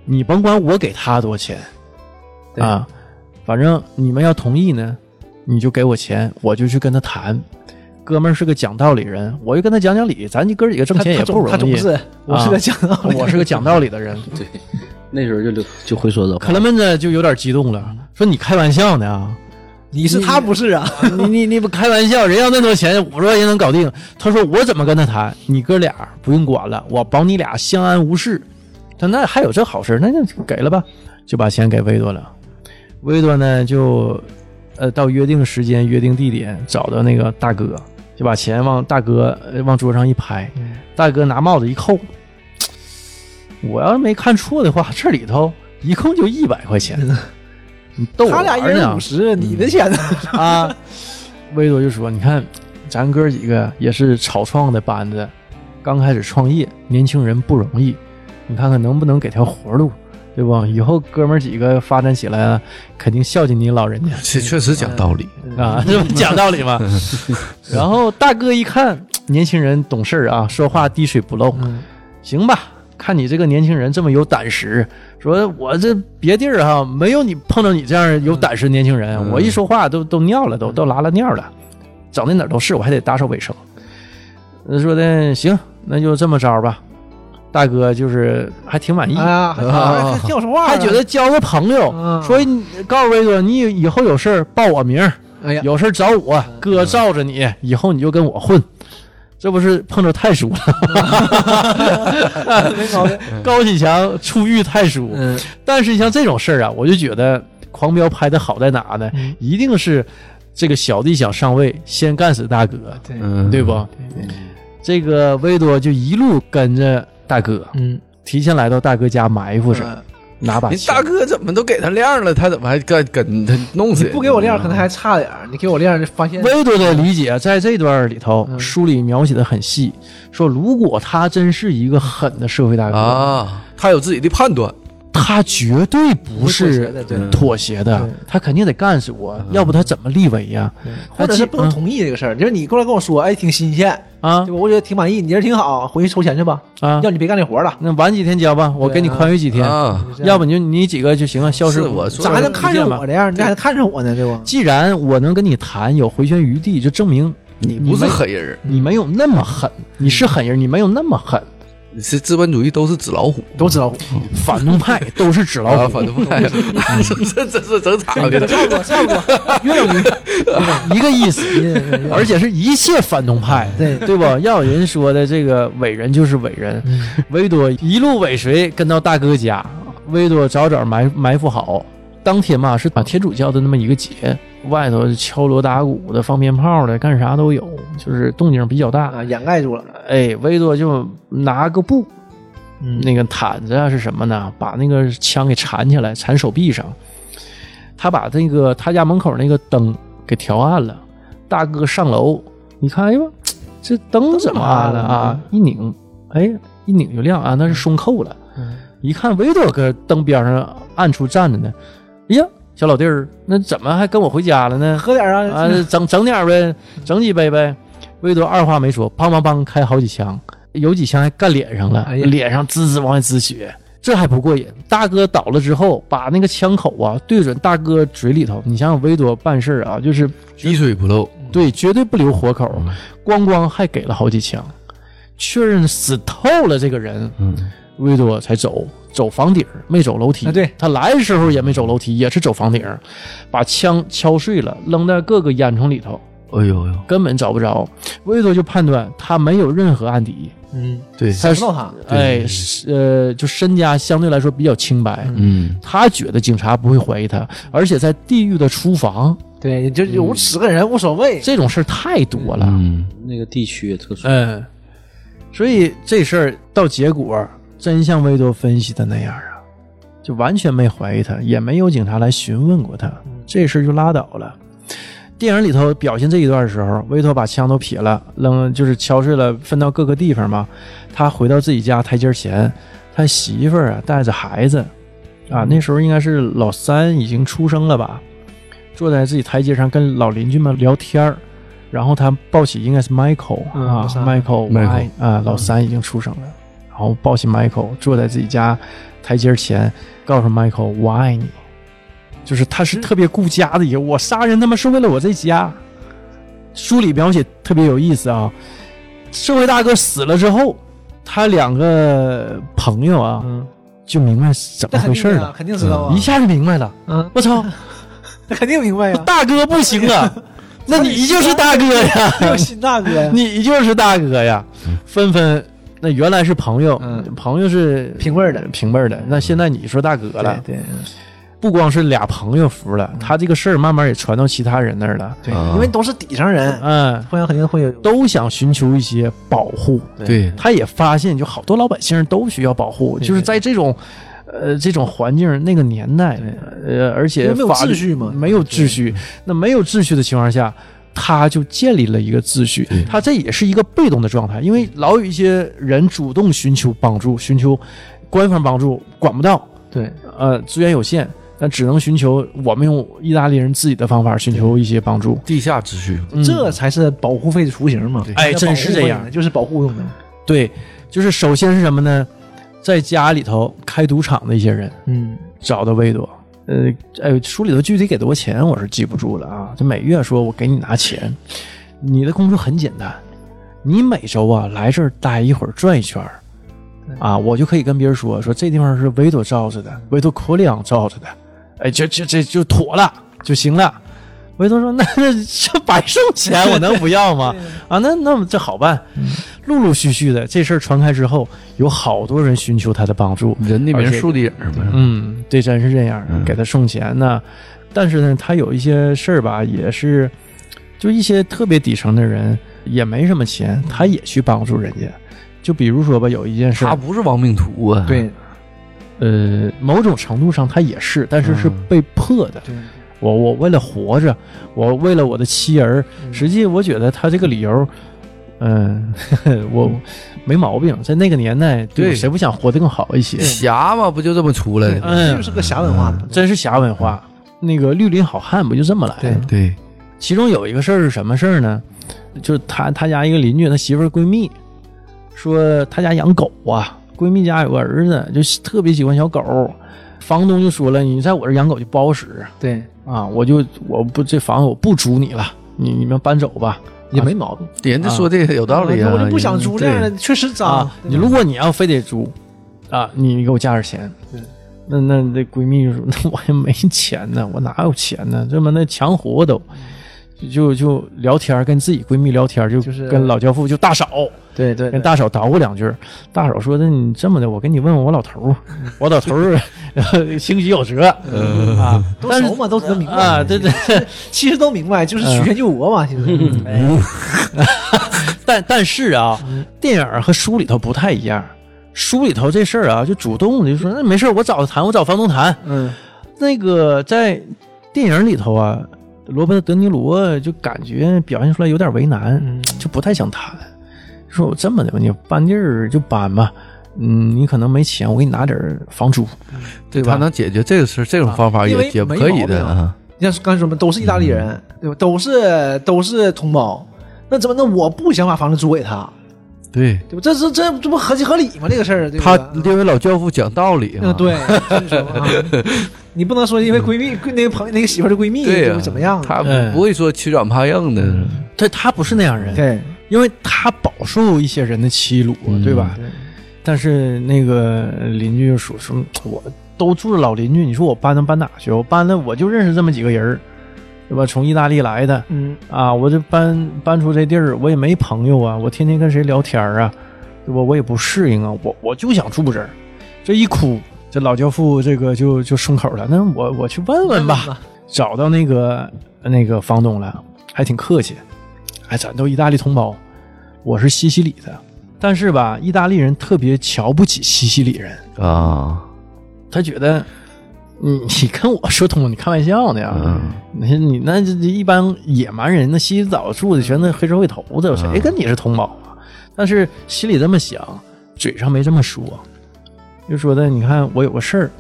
你甭管我给他多少钱
对
啊，反正你们要同意呢，你就给我钱，我就去跟他谈。哥们儿是个讲道理人，我就跟他讲讲理，咱这哥几个挣
他
钱也
他
不
总
容易。
他总是我是
啊
个讲道理，
我是个讲道理的人，
对，那时候就就就会说这
克
话。
莱门子就有点激动了，说：“你开玩笑呢啊？
你是他不是啊？
你你你不开玩笑？人要那么多钱，五十块钱能搞定。”他说：“我怎么跟他谈？你哥俩不用管了，我保你俩相安无事。”他那还有这好事，那就给了吧，就把钱给维多了。维多呢，就呃到约定时间、约定地点找到那个大哥，就把钱往大哥呃往桌上一拍，
嗯
大哥拿帽子一扣，我要是没看错的话，这里头一共就一百块钱。你逗我
嗯他
玩
俩
呢？
一人五十，你的钱呢？
啊，维多就说：“你看，咱哥几个也是草创的班子，刚开始创业，年轻人不容易。你看看能不能给条活路，对不？以后哥们儿几个发展起来了，肯定孝敬您老人家
这确实讲道理，
啊，这不讲道理吗？”然后大哥一看，年轻人懂事儿啊，说话滴水不漏，
嗯
行吧。看你这个年轻人这么有胆识，说我这别地儿哈、没有你碰到你这样有胆识的年轻人，
嗯
我一说话都都尿
嗯
了，都都拉拉尿了，整的哪儿都是，我还得打扫卫生。那说的行，那就这么着吧。大哥就是还挺满意，
啊，还
啊
还还挺有说话啊，
还觉得交个朋友，
嗯
说你告诉威哥，你以后有事儿报我名儿，
哎呀，
有事儿找我，
嗯
哥罩着你，以后你就跟我混。这不是碰着太叔了，
没毛病。
高启强出狱太叔，
嗯，
但是像这种事儿啊，我就觉得《狂飙》拍的好在哪呢？一定是这个小弟想上位，先干死大哥，
对，
嗯，
对不？这个维多就一路跟着大哥，
嗯，
提前来到大哥家埋伏着，拿把
嗯你
枪
大。哥怎么都给他亮了，他怎么还跟跟他弄死？
不给我亮可能还差点儿，你给我亮就发现
维多的理解在这段里头，书里描写的很细，说如果他真是一个狠的社会大哥，
啊，他有自己的判断，
他绝对不是
的，对，
妥协的
对，
他肯定得干死我，要不他怎么立威呀？
或者是不能同意这个事儿，就是你过来跟我说，哎，挺新鲜，
啊
对吧？我觉得挺满意，你人挺好，回去筹钱去吧，
啊！
要你别干这活了。
那晚几天交吧，我给你宽裕几天，
啊，
要不你就你几个就行啊，消失
是我说
咋还能看上
吧
我？这样？你还能看上我呢，对吧？
既然我能跟你谈有回旋余地，就证明
你不是
没
黑人，
你没有那么狠，你是狠人，你没有那么狠。
你是资本主义都是纸老虎，
都知道我，
反动 派都是纸老
啊，
虎，
反正 这这这整岔了，
差不多，差不多，越有
一个意思， 而且是一切反动派，
对
对吧？要有人说的这个伟人就是伟人，维多一路尾随跟到大哥家，维多早早埋埋伏好，当天吧是啊天主教的那么一个节，外头敲锣打鼓的、放鞭炮的，干啥都有，就是动静比较大。
啊，掩盖住了，
哎，维多就拿个布，
嗯
那个毯子啊是什么呢？把那个枪给缠起来，缠手臂上。他把那个他家门口那个灯给调暗了。大哥上楼，你看，哎呦，这灯怎么暗了啊？一拧，哎，一拧就亮啊，那是松扣了。一看维多搁灯边上暗处站着呢，哎呀，小老弟儿，那怎么还跟我回家了呢？
喝点儿啊，
啊，整整点儿呗，整几杯呗。维多二话没说，梆梆梆开好几枪，有几枪还干脸上了，
哎呀
脸上滋滋往外滋血。这还不过瘾，大哥倒了之后，把那个枪口啊对准大哥嘴里头。你想想，维多办事儿啊，就是
嗯
滴水不漏，
对，绝对不留活口，咣咣还给了好几枪，确认死透了这个人，
嗯，
维多才走，走房顶儿没走楼梯。
啊对
他来的时候也没走楼梯，也是走房顶儿，把枪敲碎了，扔在各个烟囱里头。
哎呦呦，
根本找不着。维多就判断他没有任何案底，
嗯，
对，
他
想不到他，
哎，是呃，就身家相对来说比较清白，
嗯，
他觉得警察不会怀疑他，而且在地狱的厨房
对，就有十个人无所
嗯
谓，
这种事儿太多了，
嗯，
那个地区也特殊，
嗯，所以这事儿到结果真像维多分析的那样啊，就完全没怀疑他，也没有警察来询问过他，这事儿就拉倒了。电影里头表现这一段的时候，维托把枪都撇了，扔就是敲碎了，分到各个地方嘛。他回到自己家台阶前，他媳妇儿啊带着孩子，啊
嗯
那时候应该是老三已经出生了吧，坐在自己台阶上跟老邻居们聊天儿，然后他抱起应该是 Michael、
嗯
啊
老三
，Michael
Michael
我爱啊老三已经出生了，然后抱起 Michael 坐在自己家台阶前，告诉 Michael 我爱你。就是他
嗯
是特别顾家的一个，我杀人他妈是为了我这家。书里描写特别有意思啊，社会大哥死了之后，他两个朋友啊、
嗯，
就明白是怎
那
么
肯
回事
定
了
啊，，肯定知道啊
一，下就明白了。
嗯，
我 操，
那肯定明 白呀，
大哥不行 啊，那你就是大哥呀，
还有新大哥呀，
你就是大哥呀。纷纷那原来是朋友，
嗯
朋友是
平辈儿的嗯
平辈儿的，那现在你说大哥了，
对对嗯
不光是俩朋友服了，他这个事儿慢慢也传到其他人那儿了。
对，
啊
因为都是底上人，
嗯，
互相肯定会有，
都想寻求一些保护。
对，
他也发现，就好多老百姓都需要保护，就是在这种。呃，这种环境那个年代，呃，而
因
且
为没有
法律
秩序嘛
没有秩序。那没有秩序的情况下，他就建立了一个秩序。他这也是一个被动的状态，因为老有一些人主动寻求帮助，寻求官方帮助，管不到，
对，
呃，资源有限，那只能寻求我们用意大利人自己的方法寻求一些帮助。
地下秩序，
嗯
这才是保护费的雏形嘛，
哎
要
真
保
是
护
这
用
样
的，就是保护用的，
对，就是首先是什么呢？在家里头开赌场的一些人
嗯，
找到维多，呃，哎，书里头具体给多少钱我是记不住了啊。就每月说我给你拿钱，你的工作很简单，你每周啊来这儿待一会儿转一圈儿，啊，我就可以跟别人说说这地方是维多罩着的，维多科里昂罩着的，哎，这这这就妥了就行了。维多说：“那那这百胜钱 我能不要吗？啊，那那么这好办，陆陆续续的这事儿传开之后，有好多人寻求他的帮助，
人的
而
名
且
树的影儿呗，
嗯，对，真是这样，给他送钱呢。但是呢，他有一些事儿吧，也是就一些特别底层的人，也没什么钱，他也去帮助人家。就比如说吧，有一件事儿，
他不是亡命徒啊，
对
呃，某种程度上他也是，但是是被迫的。
对，
我我为了活着，我为了我的妻儿，实际我觉得他这个理由，嗯， 我没毛病。在那个年代，
对
谁不想活得更好一些？
侠嘛，不就这么出来的？
嗯这就是个侠文化的，
嗯真是侠文化。那个绿林好汉不就这么来的？
对
对，
其中有一个事儿是什么事儿呢？就是他他家一个邻居，他媳妇儿闺蜜说他家养狗啊，闺蜜家有个儿子，就喜特别喜欢小狗。房东就说了，你在我这儿养狗就不好使
对，
啊，我就我不这房子我不租你了，你你们搬走吧，啊
也没毛病，
人家说的有道理啊，
我就不想租这样的，
对，
确实脏
啊，，你如果你要非得租啊，你给我加点钱
对。
那那 那闺蜜就说，那我也没钱呢，我哪有钱呢？这么那强活都，就就聊天儿，跟自己闺蜜聊天儿，就
嗯就是
跟老教父就大嫂，
对对
跟大嫂捣鼓两句儿。大嫂说：“那你这么的，我跟你问问我老头儿，
嗯
我老头儿 兴许有辙啊。”
都
但
熟
是
嘛，都都明白
啊，嗯对对，
其实都明白，就是曲线救国嘛，其实。
嗯
哎
但但是啊，电影儿和书里头不太一样。书里头这事儿啊，就主动的就说那没事儿，我找他谈，我找房东谈。
嗯，
那个在电影里头啊，罗伯特·德尼罗啊就感觉表现出来有点为难，就不太想谈。说我这么的吧，你搬地儿就搬吧，嗯，你可能没钱，我给你拿点儿房租，对吧？
他能解决这个事，这种方法
因为
也也
没
可以
毛病
的啊。
你像刚才说嘛，都是意大利
嗯
人，对吧？都是都是同胞，那怎么那我不想把房子租给他，
对
对吧？这这这这不合情合理吗？这个事儿，对
他
吧？，
因为老教父讲道理啊嘛
嗯，，对，就是说啊你不能说因为闺蜜那个朋那个媳妇儿的闺蜜
对呀
就，怎么样，啊嗯
他
嗯
不会说欺软怕硬的。
对他不是那样人，
对
因为他饱受一些人的欺辱，啊
嗯
对吧？
对
但是那个邻居就说说，我都住着老邻居，你说我搬能搬哪去？我搬了我就认识这么几个人儿，对吧？从意大利来的
嗯，
啊，我这搬搬出这地儿，我也没朋友啊，我天天跟谁聊天儿啊，对吧？我也不适应啊，我我就想住这儿。这一哭，这老教父这个就就松口了，那我我去问问吧。找到那个那个房东了，还挺客气。哎，咱都意大利同胞，我是西西里的，但是吧，意大利人特别瞧不起西西里人，
啊，
他觉得你 你跟我说通，你开玩笑呢呀？
嗯
你你那这一般野蛮人，那西西岛住的全是黑社会头子，谁跟你是同胞啊？但是心里这么想，嘴上没这么说，就说的你看我有个事儿，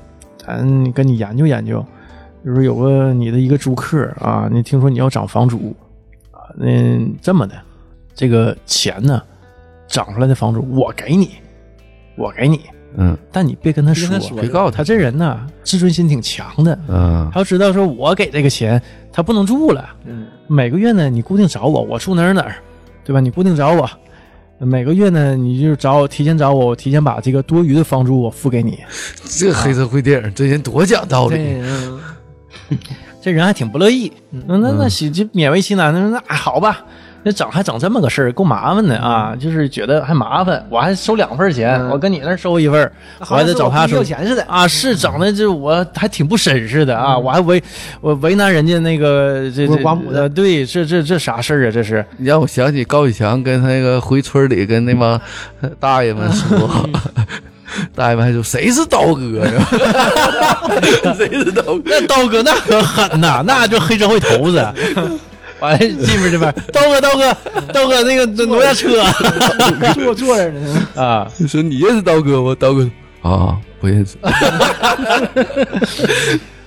咱跟你研究研究，就是有个你的一个租客啊，你听说你要涨房租啊，嗯，这么的，这个钱呢，涨出来的房租我给你，我给你，
嗯
但你别跟他
别
说，
跟他说
别告诉
他
他
这人呢，自尊心挺强的，
嗯
他要知道说我给这个钱，他不能住了。
嗯，
每个月呢，你固定找我，我住哪儿哪儿，对吧？你固定找我，每个月呢，你就找我提前找我，我提前把这个多余的房租我付给你。
这黑社会电影这人多讲道理，
啊对，嗯
这人还挺不乐意，那那那喜就勉为其难的，那那好吧，那整还整这么个事儿，够麻烦的啊！就是觉得还麻烦，我还收两份钱，
嗯
我跟你那儿收一份儿，我
好
还
像
得
是
找他
故意
收
要钱似的，嗯
啊，是整的这我还挺不绅士的啊，我还为我为难人家那个这这
寡母的
呃对，这这这啥事儿啊？这是
你让我想起高以翔跟他那个回村里跟 那帮大爷们说，大爷们还说谁是刀哥呀？ 谁是刀哥？
那刀哥那可狠呐， 那就黑社会头 子。哎完了，进面这边，刀哥，刀哥，刀哥，那个挪下 车
坐坐着呢，
啊！
你说你认识刀哥吗？刀哥啊，不认识。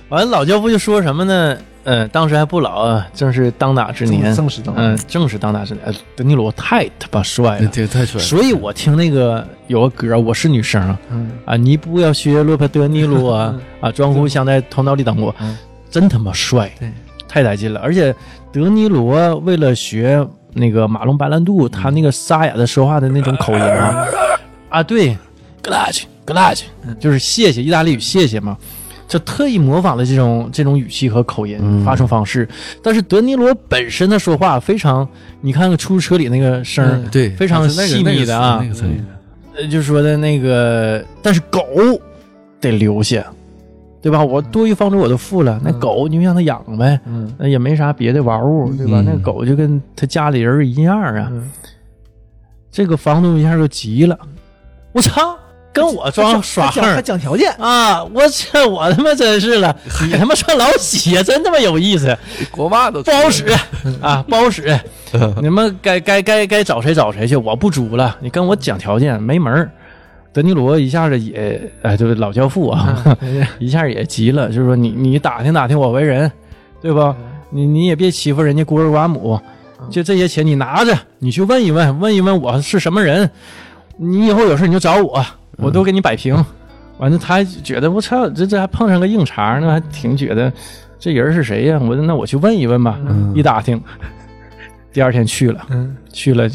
完了，老教父就说什么呢？嗯、当时还不老啊，正是当打之年，
正是当打
嗯、正是当打之年。呃德尼罗太他妈帅了，
这个太帅了，
所以我听那个有个歌，我是女生啊，
嗯
啊，你不要学洛佩德尼罗啊，啊，装糊像在头脑里等我，
嗯
真他妈帅，太带劲了！而且德尼罗为了学那个马龙白兰
嗯
度，他那个沙哑的说话的那种口音 啊，啊，对 g l a c g l a c
嗯
就是谢谢意大利语谢谢嘛。就特意模仿了这种这种语气和口音、
嗯
发声方式，但是德尼罗本身的说话非常，你看看出租车里那个声儿，
嗯对，
非常
是那个
细
那个
密的啊
那个声音
呃，就说的那个，但是狗得留下，对吧？我多余房租我都付了，那狗你就让它养呗，
嗯，
那也没啥别的玩物，对吧？
嗯
那狗就跟他家里人一样啊。
嗯
这个房东一下就急了，我操， 跟我装耍横
还讲还
儿
讲条件，
啊！我这我他妈真是 了，你他妈上老几呀？真他妈有意思。
国骂都
嗯不好使啊，不好 使！你们该该该该找谁找谁去，我不租了。你跟我讲条件没门儿。德尼罗一下子也，哎，就是老教父啊， 一下也急了，就是说你你打听打听我为人，对吧？你你也别欺负人家孤儿寡母，就这些钱你拿着，你去问一问，问一问我是什么人，你以后有事你就找我，我都给你摆平。完了，他还觉得我操，这这还碰上个硬茬呢，还挺觉得这人是谁呀、我说那我去问一问吧。一打听，第二天去了，
嗯
去了，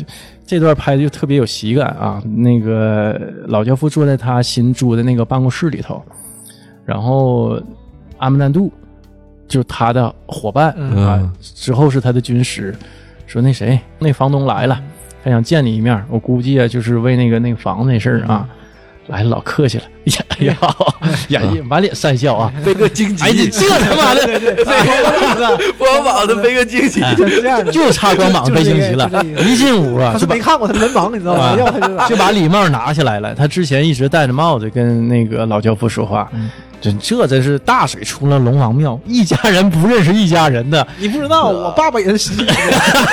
这段拍的就特别有喜感啊。那个老教父坐在他新租的那个办公室里头，然后阿姆兰杜就是他的伙伴、
嗯
啊
嗯，
之后是他的军师，说那谁那房东来
嗯
了，他想见你一面，我估计啊就是为那个那个房子那事儿
嗯
啊。来了，老客气了， 演 也好，演
嗯
也满脸善笑啊！
背个荆
哎，你这他妈 的，
光膀子背个荆棘，
啊
就是这样 的。
就差光膀子背荆棘了
就这个就这。个
一进屋啊，
他
就是把啊
没看过，他文盲，你知道吗？要他就
就把礼帽拿下来了。他之前一直戴着帽子跟那个老教父说话，这这真是大水冲了龙王庙，一家人不认识一家人的。
你不知道，我爸爸也是西医，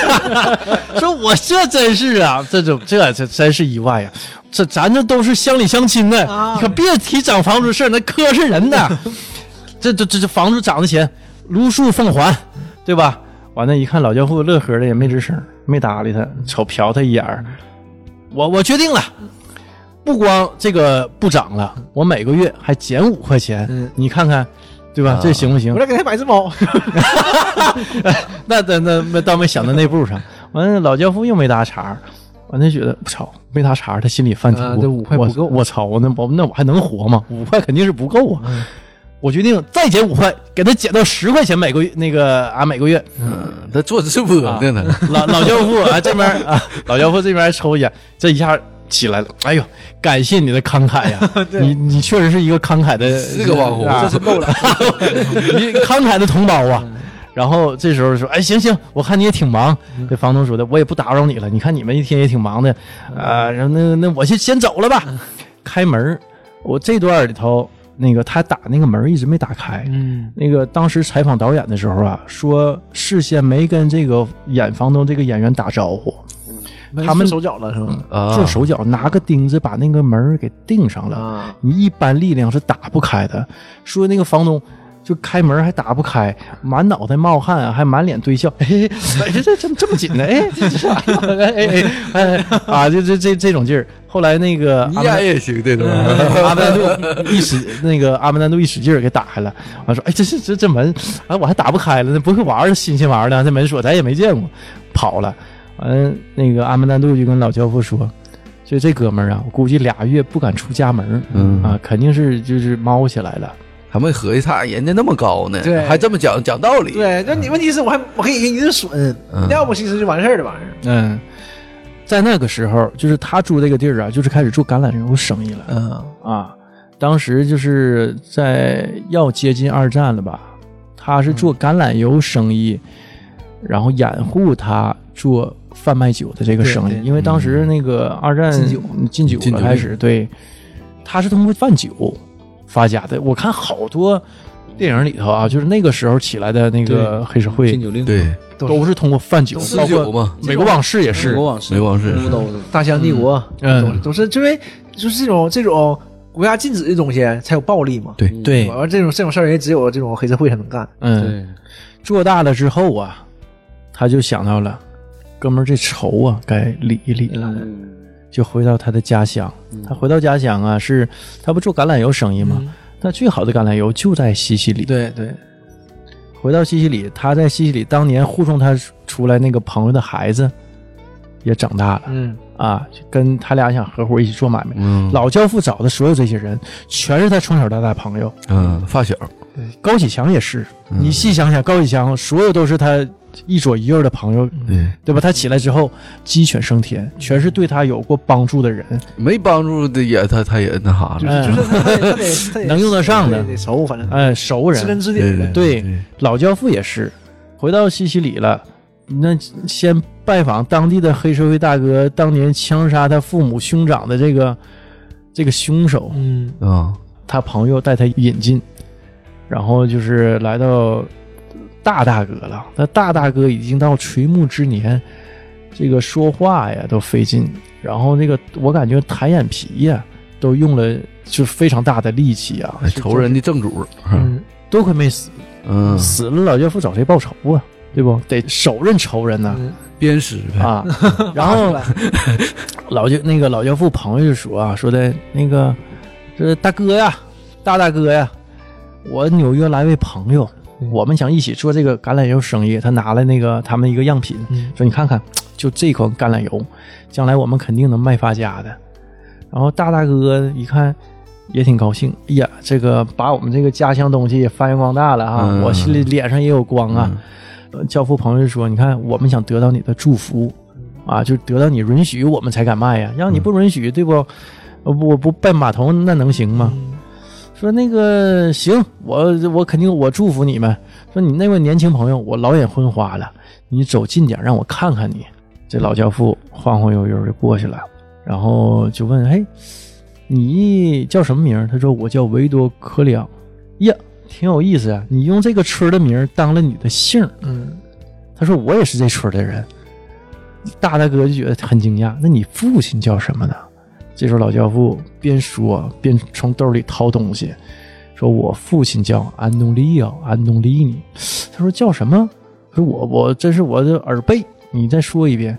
说我这真是啊，这种这这真是意外呀、啊这咱这都是乡里乡亲的，
啊
你可别提涨房租事儿那磕碜人 的。这这这这房租涨的钱，如数奉还，对吧？完了，一看老教父乐呵的也没吱声，没搭理他，瞅瞟他一眼儿。我我决定了，不光这个不涨了，我每个月还减五块钱，
嗯啊
你看看，对吧？这行不行
我？再给他买只猫。
那那那那倒没想到那步上。完了，老教父又没搭茬儿，完了觉得我操，没搭茬儿，他心里犯嘀
啊
咕，
这五块
我
不够
我操，我那我那我还能活吗？五块肯定是不够啊。
嗯
我决定再减五块，给他减到十块钱每个月，那个啊每个月。
嗯他做直播
啊
呢，呢，
老老教父啊这边儿啊，老教父这边儿抽一烟，这一下起来了。哎呦，感谢你的慷慨 呀、你你确实是一个慷慨的
是个网红
啊
这是
够了，
你慷慨的同胞
嗯
啊。然后这时候说，哎，行行，我看你也挺忙。
嗯
这房东说的，我也不打扰你了。你看你们一天也挺忙的，
嗯
啊、然后那那我先先走了吧。开门儿，我这段里头那个他打那个门儿一直没打开，
嗯，
那个当时采访导演的时候啊，说事先没跟这个演房东这个演员打招呼，他们
手脚了是吗？
啊
做手脚拿个钉子把那个门儿给钉上了。
啊，
你一般力量是打不开的。说那个房东就开门还打不开，满脑袋冒汗，还满脸堆笑。哎，这这这这么紧呢？哎，这这哎哎哎哎啊！这这这这种劲儿。后来那个
你
阿
演
曼
也行，这种。
阿曼杜一使那个阿曼丹杜一使劲儿给打开了，完说哎这这这这门啊我还打不开了，那不会玩儿新鲜玩儿的，这门锁咱也没见过，跑了。完那个阿曼丹杜就跟老教父说，就这哥们儿啊，我估计俩月不敢出家门儿，
嗯
啊，肯定是就是猫起来了。
他们合计他人家那么高呢，
对
还这么讲讲道理，
对，那你问题是我还我可以给你一顿损，
嗯
要不其实就完事儿了，完事儿。
嗯，在那个时候，就是他住这个地儿啊，就是开始做橄榄油生意了
嗯，
啊。当时就是在要接近二战了吧，他是做橄榄油生意，然后掩护他做贩卖酒的这个生
对
意，
对
因为当时那个二战
禁酒
禁酒
禁酒
了开始，对，他是通过贩酒发家的。我看好多电影里头啊，就是那个时候起来的那个黑社会
禁，酒令，
对，
都是通过贩酒，
四
包括
九嘛，
美国往事也
美
是
国，往事，
美国往事
乌都
大象帝国，
嗯
总总是因为就是这种这种国家禁止的东西才有暴力嘛。
对
对
完了这种这种事儿也只有这种黑社会才能干。
嗯，
对，
做大了之后啊，他就想到了，哥们儿这仇啊该理一理了，
嗯
就回到他的家乡。他回到家乡啊，是他不做橄榄油生意
嗯
吗？那最好的橄榄油就在西西里。
对对，
回到西西里，他在西西里当年护送他出来那个朋友的孩子也长大了
嗯，
啊，就跟他俩想合伙一起做买卖。
嗯
老教父找的所有这些人，全是他从小到大朋友。
嗯，发小，
高启强也是，你细想想，高启强所有都是他一左一右的朋友，
对，
对吧？他起来之后鸡犬升天，全是对他有过帮助的人，
没帮助的也他他也那啥
就
呃
了，
是就是他得他 得他得
嗯能用得上的
对得熟，反正
哎，熟
知根
人。
知底
对
儿的。
对
对，
老教父也是，回到西西里了，那先拜访当地的黑社会大哥，当年枪杀他父母兄长的这个这个凶手，
嗯，
啊，
他朋友带他引进，然后就是来到大大哥了。那大大哥已经到垂暮之年，这个说话呀都费劲，然后那个我感觉抬眼皮呀都用了就非常大的力气啊，
哎仇人的正主，
嗯
多亏没死，
嗯，
死了老岳父找谁报仇啊？对不？得手刃仇人呐
嗯
鞭尸呗，
啊！然后 老岳那个老岳父朋友就说啊，说的那个这大哥呀，大大哥呀，我纽约来位朋友，我们想一起做这个橄榄油生意。他拿来那个他们一个样品，
嗯
说你看看，就这款橄榄油，将来我们肯定能卖发家的。然后大大哥一看，也挺高兴。哎呀，这个把我们这个家乡东西也发扬光大了啊！
嗯
我心里脸上也有光啊。呃教父朋友就说：“你看，我们想得到你的祝福，啊，就得到你允许，我们才敢卖呀。让你不允许，对不？呃我不拜码头，那能行吗？”说那个行，我我肯定我祝福你们。说你那位年轻朋友，我老眼昏花了，你走近点让我看看你。这老教父晃晃悠悠就过去了，然后就问：“嘿，你叫什么名儿？”他说：“我叫维多科里昂。”呀，挺有意思啊！你用这个村儿的名儿当了你的姓儿。
嗯，
他说：“我也是这村儿的人。”大大哥就觉得很惊讶：“那你父亲叫什么呢？”这时候老教父边说边从兜里掏东西，说：“我父亲叫安东利奥，安东利尼。”他说：“叫什么？”他说：“我我这是我的耳背，你再说一遍，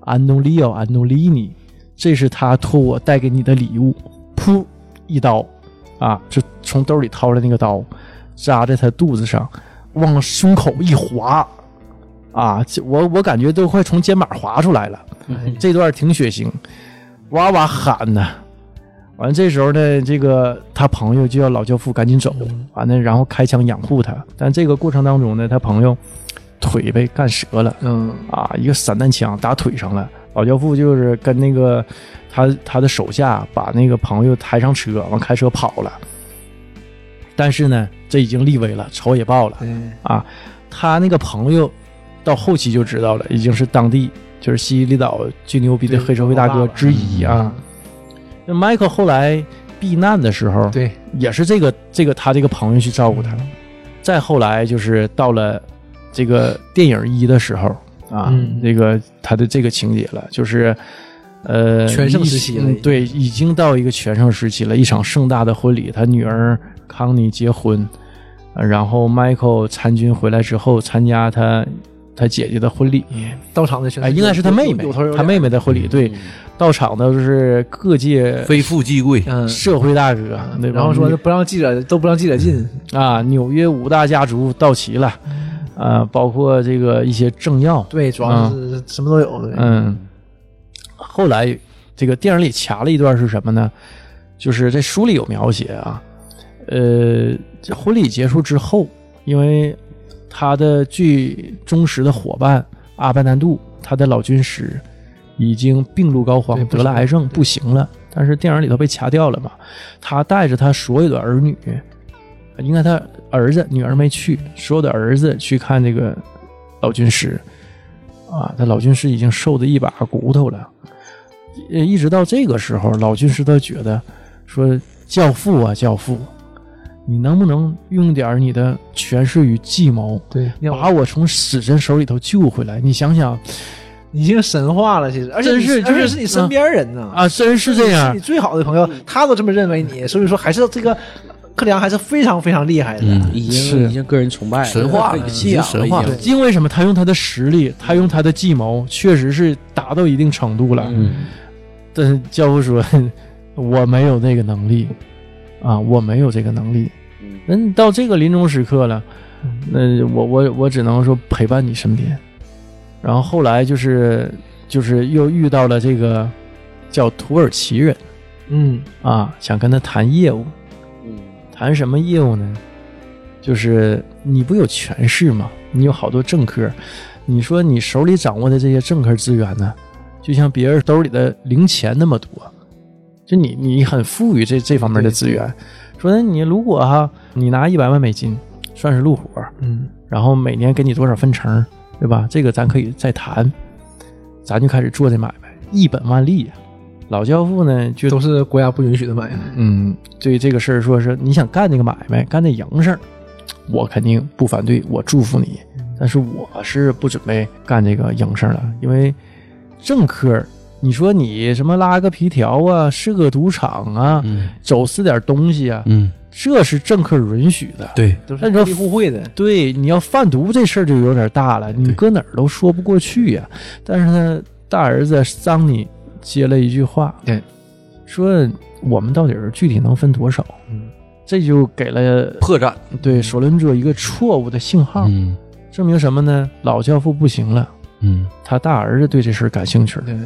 安东利奥，安东利尼，这是他托我带给你的礼物。”噗，一刀，啊，就从兜里掏出来那个刀，扎在他肚子上，往胸口一划，啊，这我我感觉都快从肩膀滑出来了，这段挺血腥，哇哇喊呐、完了这时候呢，这个他朋友就要老教父赶紧走，完了然后开枪掩护他，但这个过程当中呢，他朋友腿被干折了，
嗯，
啊，一个散弹枪打腿上了。老教父就是跟那个他他的手下把那个朋友抬上车，完开车跑了。但是呢，这已经立威了，仇也报了
对，
啊。他那个朋友到后期就知道了，已经是当地就是西西里岛最牛逼的
对
黑社会大哥之一啊。那 Michael 后来避难的时候，
对，
也是这个这个他这个朋友去照顾他。再后来就是到了这个电影一的时候啊，
嗯
这个他的这个情节了，就是呃
全盛时期了
一
已
嗯
经
对，已经到一个全盛时期了，一场盛大的婚礼，他女儿康妮结婚，呃然后 Michael 参军回来之后参加他他姐姐的婚礼，
到场的全
哎，应该是他妹妹
嗯有头有，脸嗯
他妹妹的婚礼，对，到场的就是各界
非富即贵，
嗯，
社会大哥，对吧
然后说不让记者都不让记者进，
啊，纽约五大家族到齐了，呃，包括这个一些政要，
对，主要是什么都有，对，
嗯，后来这个电影里掐了一段是什么呢？就是这书里有描写啊，呃，这婚礼结束之后，因为他的最忠实的伙伴阿班南杜，他的老军师已经病入膏肓
对，不
得了
行
癌症，不行了。但是电影里头被掐掉了嘛，他带着他所有的儿女，应该他儿子、女儿没去，所有的儿子去看这个老军师，啊，他老军师已经瘦的一把骨头了。呃一直到这个时候，老军师都觉得说：“教父啊，教父，你能不能用点儿你的权势与计谋，
对，
把我从死神手里头救回来？你想想
已经神化了，其实，而且
真
你
是就
而且
是
是你身边人呢，
啊，真是这
是
样嗯
你。最好的朋友，他都这么认为你，所以说还是这个呃克里昂还是非常非常厉害的，
嗯，
已
是
经已经个人崇拜了
神 话了
已经信
已
仰
经神话了
已经
因为什么？他用他的实力，他用他的计谋，
嗯
确实是达到一定程度了。
嗯，
但是教父说：“我没有这个能力啊，我没有这个能力。
嗯
那你到这个临终时刻了，
嗯
那我我我只能说陪伴你身边。然后后来就是就是又遇到了这个叫土耳其人
嗯，
啊，想跟他谈业务，
嗯
谈什么业务呢？就是你不有权势吗？你有好多政客，你说你手里掌握的这些政客资源呢，就像别人兜里的零钱那么多，就你你很富裕这这方面的资源。说那你如果哈，你拿一百万美金算是入伙，
嗯，
然后每年给你多少分成，对吧？这个咱可以再谈，咱就开始做这买卖，一本万利呀。啊老教父呢，就
都是国家不允许的买卖，
嗯，对这个事儿说是你想干这个买卖，干这营生，我肯定不反对，我祝福你。
嗯
但是我是不准备干这个营生了，因为政客，你说你什么拉个皮条啊，是个赌场啊，
嗯
走私点东西啊，
嗯，
这是政客允许的。
对，
都是
那你说
互利互惠的，
对，你要贩毒这事儿就有点大了，你
对
搁哪儿都说不过去呀、但是他大儿子桑尼接了一句话，
对，
说我们到底儿具体能分多少？
嗯，
这就给了
破绽，
对索伦佐一个错误的信号，
嗯
证明什么呢？老教父不行了，
嗯，
他大儿子对这事儿感兴趣了，
对，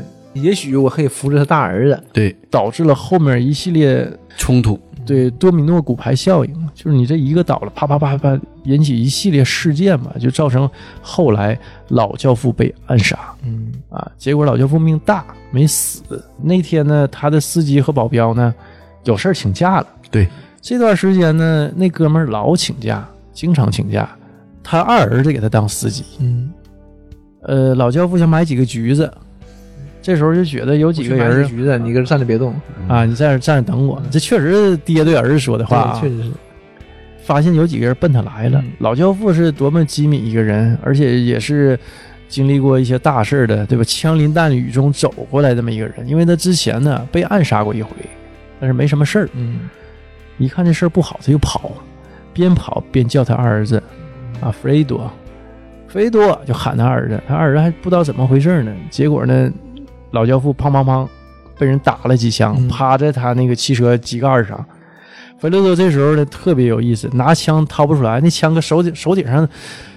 也许我可以扶着他大儿子，
对，
导致了后面一系列
冲突，
对多米诺骨牌效应，就是你这一个倒了，啪啪啪啪，引起一系列事件嘛，就造成后来老教父被暗杀
嗯
啊。结果老教父命大没死，那天呢，他的司机和保镖呢有事儿请假了。
对，
这段时间呢，那哥们儿老请假，经常请假。他二儿子给他当司机，
嗯，
呃，老教父想买几个橘子，这时候就觉得有几个人儿
橘子，你搁这站着别动。
啊，你在这儿站着等我。这确实爹对儿子说的话啊
对，确实是。
发现有几个人奔他来了。
嗯
老教父是多么机敏一个人，而且也是经历过一些大事儿的，对吧？枪林弹雨中走过来这么一个人，因为他之前呢被暗杀过一回，但是没什么事儿。
嗯，
一看这事儿不好，他就跑，边跑边叫他二儿子啊，弗雷多，弗雷多就喊他二儿子，他二儿子还不知道怎么回事呢。结果呢，老教父砰砰砰被人打了几枪
嗯，
趴在他那个汽车机盖上。弗雷多这时候呢特别有意思，拿枪掏不出来，那枪搁手顶手顶上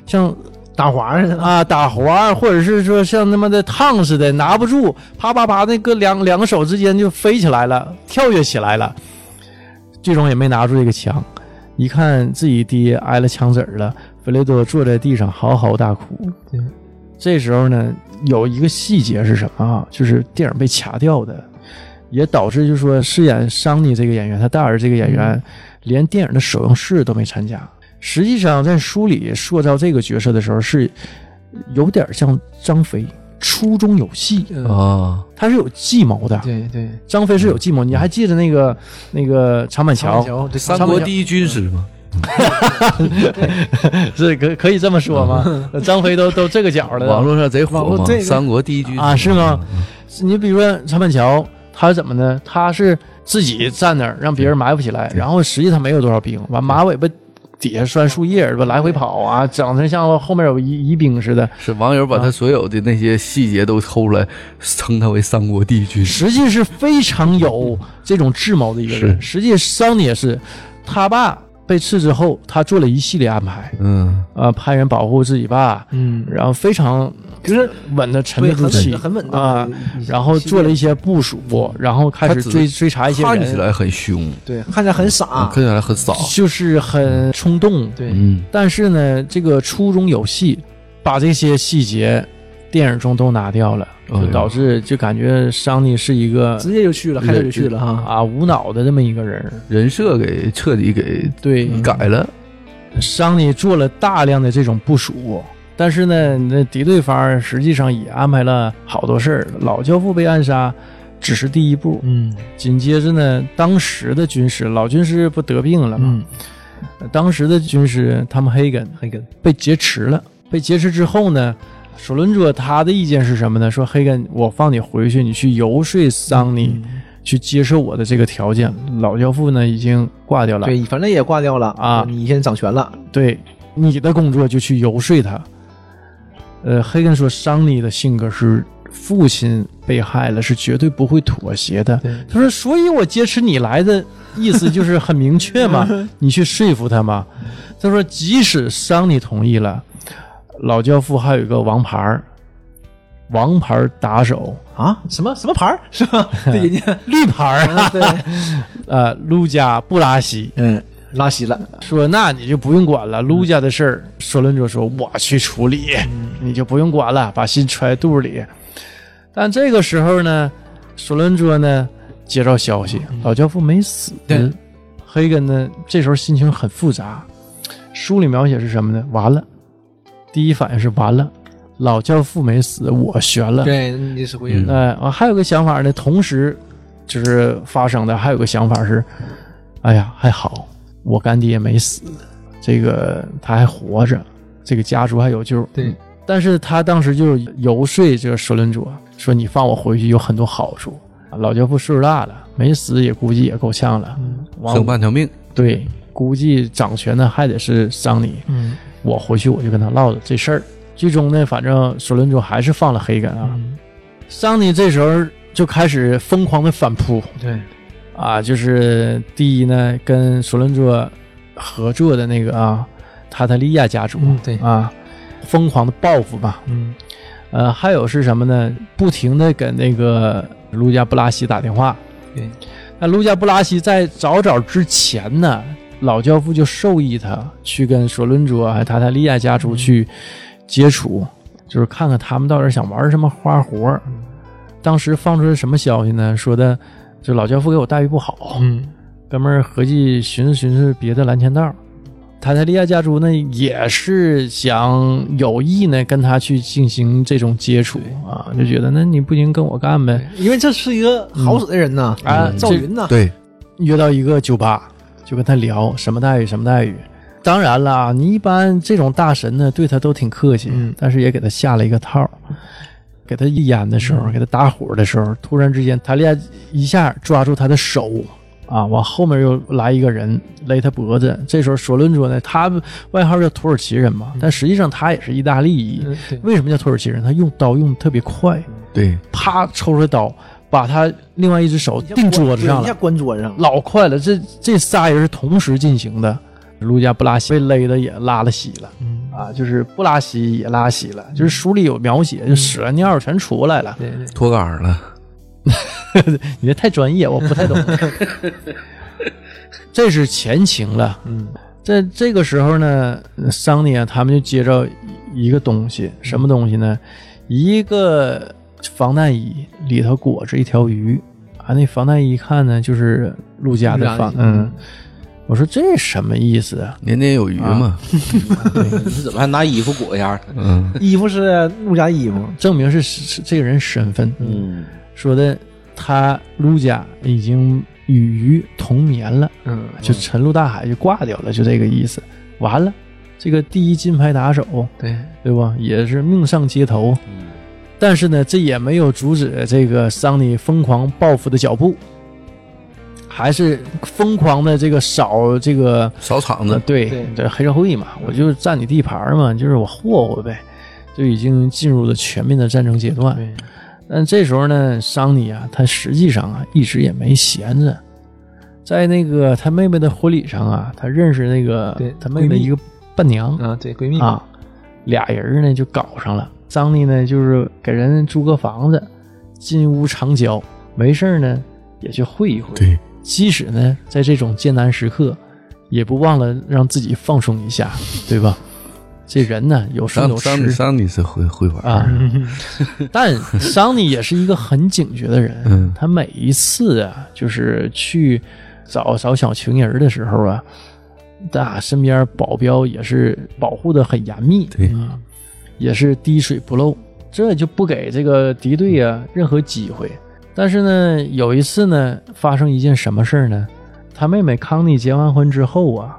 像
打滑似的。
啊打滑儿，或者是说像他妈的烫似的，拿不住，啪啪啪，那个两两个手之间就飞起来了，跳跃起来了，最终也没拿住这个枪。一看自己爹挨了枪子儿了，弗雷多坐在地上嚎啕大哭。
对
这时候呢，有一个细节是什么啊？就是电影被掐掉的，也导致就是说饰演桑尼这个演员，他大儿子这个演员，连电影的首映式都没参加。实际上，在书里塑造这个角色的时候，是有点像张飞，初中有戏，
嗯，
啊，
他是有计谋的。
对对。
张飞是有计谋，你还记得那个那个长板桥
桥，对
三国第一军师嘛，
是可可以这么说吗？呃张飞都都这个角了，
网络上贼
嗯网
火
络嗯
嘛
这，个
三国第一军师
啊，是吗？？你比如说长板桥，他是怎么呢？他是自己站那儿让别人埋伏起
嗯
来，然后实际他没有多少兵，完马尾巴底下拴树叶儿，吧来回跑啊，整成像后面有疑疑兵似的。
是网友把
啊
他所有的那些细节都抽出来，称他为三国第一军师。
实际是非常有这种智谋的一个人。实际桑尼也是，他爸被刺之后，他做了一系列安排，
嗯，
呃，派人保护自己爸，
嗯，
然后非常
就是
稳的沉
对
得住
很
气
稳很稳当
啊
的一，一
然后
系
做了
列
一些部署，
嗯
然后开
他
始
只
追追查一些
看起
人，
来很凶，
对，看起来很傻，
看起来很傻。
啊就是很冲动。
对，
嗯，
但是呢，这个初中有戏，把这些细节电影中都拿掉了，就
哎
哦
导致就感觉桑尼是一个
直接就去了，开车就去了哈。
啊无脑的这么一个人。
人设给彻底给
对，
嗯
改了。
桑尼做了大量的这种部署，但是呢，那敌对方实际上也安排了好多事儿。老教父被暗杀只是第一步，
嗯
紧接着呢，当时的军师老军师不得病了吗？
嗯，
当时的军师汤姆·黑根
黑根，
被劫持了。被劫持之后呢，索伦佐他的意见是什么呢？说黑根，我放你回去，你去游说桑尼、
嗯
去接受我的这个条件。老教父呢已经挂掉了，
对，反正也挂掉了
啊
你现在掌权了，
对，你的工作就去游说他。呃，黑根说，桑尼的性格是父亲被害了，是绝对不会妥协的。
对，
他说，所以我劫持你来的意思就是很明确嘛，你去说服他嘛。他说，即使桑尼同意了，老教父还有一个王牌儿，王牌儿打手，
啊，什么什么牌儿 是吧？对，人家
绿牌儿 啊，
对，
呃，卢加布拉西。
嗯，拉稀了，
说那你就不用管
嗯
了，卢家的事儿，索伦佐说我去处理，
嗯
你就不用管了，把心揣肚里。但这个时候呢，索伦佐呢接到消息，老教父没死。
嗯对，
黑根呢这时候心情很复杂。书里描写是什么呢？完了，第一反应是完了，老教父没死，我悬了。
对，你是回去了，
哎，我还有个想法呢，同时就是发生的还有个想法是，哎呀，还好我干爹没死，这个他还活着，这个家族还有救。
对，
但是他当时就游说这个索伦佐说：“你放我回去有很多好处，老教父岁数大了，没死也估计也够呛了，完
剩半条命，
对，估计掌权的还得是桑尼。
嗯，
我回去我就跟他唠唠这事儿。最终呢，反正索伦佐还是放了黑根啊。桑尼这时候就开始疯狂的反扑
对，
啊，就是第一呢，跟索伦佐合作的那个啊塔塔利亚家族、
嗯对
啊，疯狂的报复吧。
嗯，
呃，还有是什么呢？不停的给那个卢加布拉西打电话。
对，
那卢加布拉西在早早之前呢，老教父就授意他去跟索伦卓还有塔塔利亚家族去接触，就是看看他们到底想玩什么花活儿。当时放出来什么消息呢？说的就老教父给我待遇不好，
嗯
哥们儿合计寻思寻思别的蓝钱道儿。塔塔利亚家族呢，也是想有意呢跟他去进行这种接触啊，就觉得那你不行跟我干呗
因为这是一个好使的人呐，
啊，
赵
这
云呐，
对，
约到一个酒吧，就跟他聊什么待遇，什么待遇。当然了啊，你一般这种大神呢，对他都挺客气，
嗯
但是也给他下了一个套儿。给他一烟的时
嗯
候，给他打火的时候，突然之间，塔利亚一下抓住他的手，啊，往后面又来一个人勒他脖子。这时候索伦卓呢，他外号叫土耳其人嘛，但实际上他也是意大利裔。
嗯对
为什么叫土耳其人？他用刀用的特别快，
对，
啪抽出来刀，把他另外一只手
嗯
定桌子上
一
了
下。关桌子上了，
老快了，这这仨人是同时进行的。卢加布拉西被勒的也拉了稀了，
嗯
啊，就是布拉西也拉稀了，就是书里有描写，就屎啊尿全出来了。
对对，
脱杆儿了，
你这太专业，我不太懂。这是前情了，
嗯，
在这个时候呢，桑尼啊，他们就接着一个东西，什么东西呢？一个防弹衣里头裹着一条鱼啊，那防弹衣一看呢，就是陆家的防
陆，家的
嗯，我说这什么意思啊？
年年有余嘛，
你是怎么还拿衣服裹一下？
嗯，
衣服是陆家衣服，
证明是是这个人身份，
嗯，
说的他陆家已经与鱼同眠了，
嗯
就沉入大海就挂掉了，就这个意思。完了，这个第一金牌打手，
对，
对吧？也是命丧街头。
嗯
但是呢，这也没有阻止这个桑尼疯狂报复的脚步，还是疯狂的这个扫这个
扫场
呃
子，
对
嗯对嗯
这黑社会嘛，我就占你地盘儿嘛，就是我霍霍呗，就已经进入了全面的战争阶段。
对
但这时候呢，桑尼啊，他实际上啊一直也没闲着，在那个他妹妹的婚礼上啊，他认识那个
对
他妹妹
闺蜜
一个伴娘，
啊，对
嗯
闺蜜嘛，
啊，俩人呢就搞上了。张丽呢就是给人租个房子，金屋藏娇，没事儿呢也去会一会。
对，
即使呢在这种艰难时刻，也不忘了让自己放松一下，对吧？这人呢有顺
上
有
上
失
上你是会会玩儿，
啊， 但桑尼也是一个很警觉的人，
嗯
他每一次啊，就是去找找小情人的时候啊，那身边保镖也是保护的很严密，
对
啊，也是滴水不漏，这就不给这个敌对啊任何机会。但是呢，有一次呢，发生一件什么事儿呢？他妹妹康妮结完婚之后啊，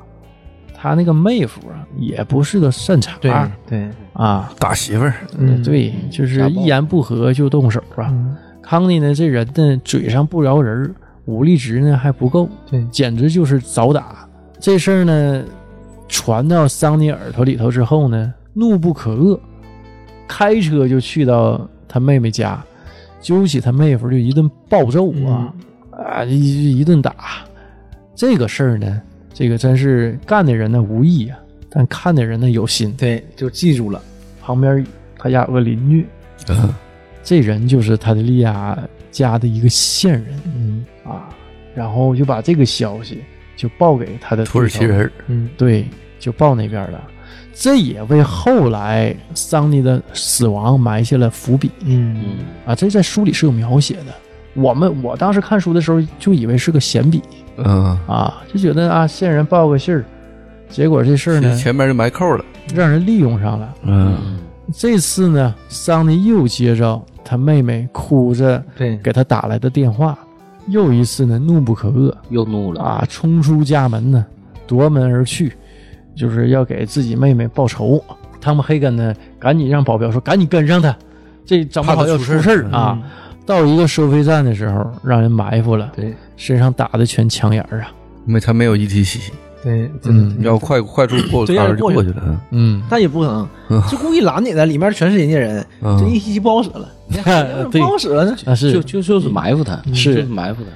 他那个妹夫啊，也不是个善茬
对
儿
对，
啊，
打媳妇儿，
嗯，对，就是一言不合就动手啊。康妮呢，这人呢，嘴上不饶人儿，武力值呢还不够，
对
简直就是早打。这事儿呢，传到桑尼耳朵里头之后呢，怒不可遏，开车就去到他妹妹家，揪起他妹夫就一顿暴揍啊、啊，一一顿打。这个事儿呢，这个真是干的人呢无意啊，但看的人呢有心。
对，就记住了，
旁边他家有个邻居，
嗯
这人就是塔德利亚家的一个线人
嗯
啊，然后就把这个消息就报给他的
土耳其人儿，
嗯，
对，就报那边了。这也为后来桑尼的死亡埋下了伏笔
嗯，
啊！这在书里是有描写的。我们我当时看书的时候就以为是个闲笔
嗯，
啊，就觉得啊线人报个信儿，结果这事儿呢
前前面就埋扣了，
让人利用上了。
嗯，
这次呢，桑尼又接着他妹妹哭着
对，
给他打来的电话，又一次呢怒不可遏
又怒 了！
啊，冲出家门呢，夺门而去，就是要给自己妹妹报仇。汤姆·黑根呢，赶紧让保镖说赶紧跟上他，这整不
怕
好
他
要
出
出
事
事
儿嗯
儿啊。到一个收费站的时候，让人埋伏了，
对
身上打的全枪眼儿啊，
没他没有 ETC，
对，真的
嗯
你要快快速过
对
当时
要
就
过
过
去
去了，嗯
嗯，
但也不可能
嗯，
就故意拦你的，里面全是人家人，
嗯
这一期不好使 了，
对
不好使了，
那是
就就就是埋伏他，
是
就是埋伏他。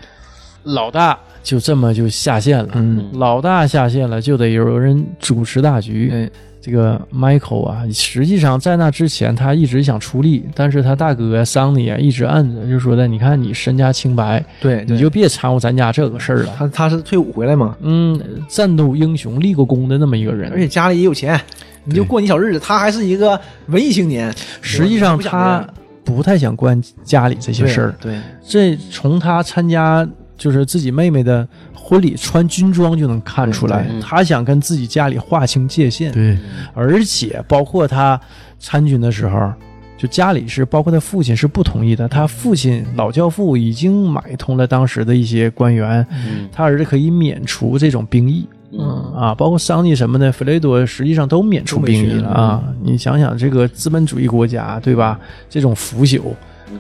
老大就这么就下线了。
嗯
老大下线了，就得有人主持大局。
哎
这个 Michael 啊，实际上在那之前他一直想出力，但是他大哥桑尼啊一直摁着，就说的你看你身家清白，
哎对，
你就别掺和咱家这个事儿了。
他他是退伍回来嘛，
嗯，战斗英雄立过功的那么一个人，
而且家里也有钱，你就过你小日子。他还是一个文艺青 年，
实际上他不太想管家里这些事儿。
对，
这从他参加就是自己妹妹的婚礼穿军装就能看出来
对对，
他想跟自己家里划清界限。
对，
而且包括他参军的时候，就家里是包括他父亲是不同意的。他父亲老教父已经买通了当时的一些官员，
嗯
他儿子可以免除这种兵役。
嗯
啊，包括桑尼什么的，弗雷多实际上都免除兵役了啊！你想想，这个资本主义国家，对吧？这种腐朽，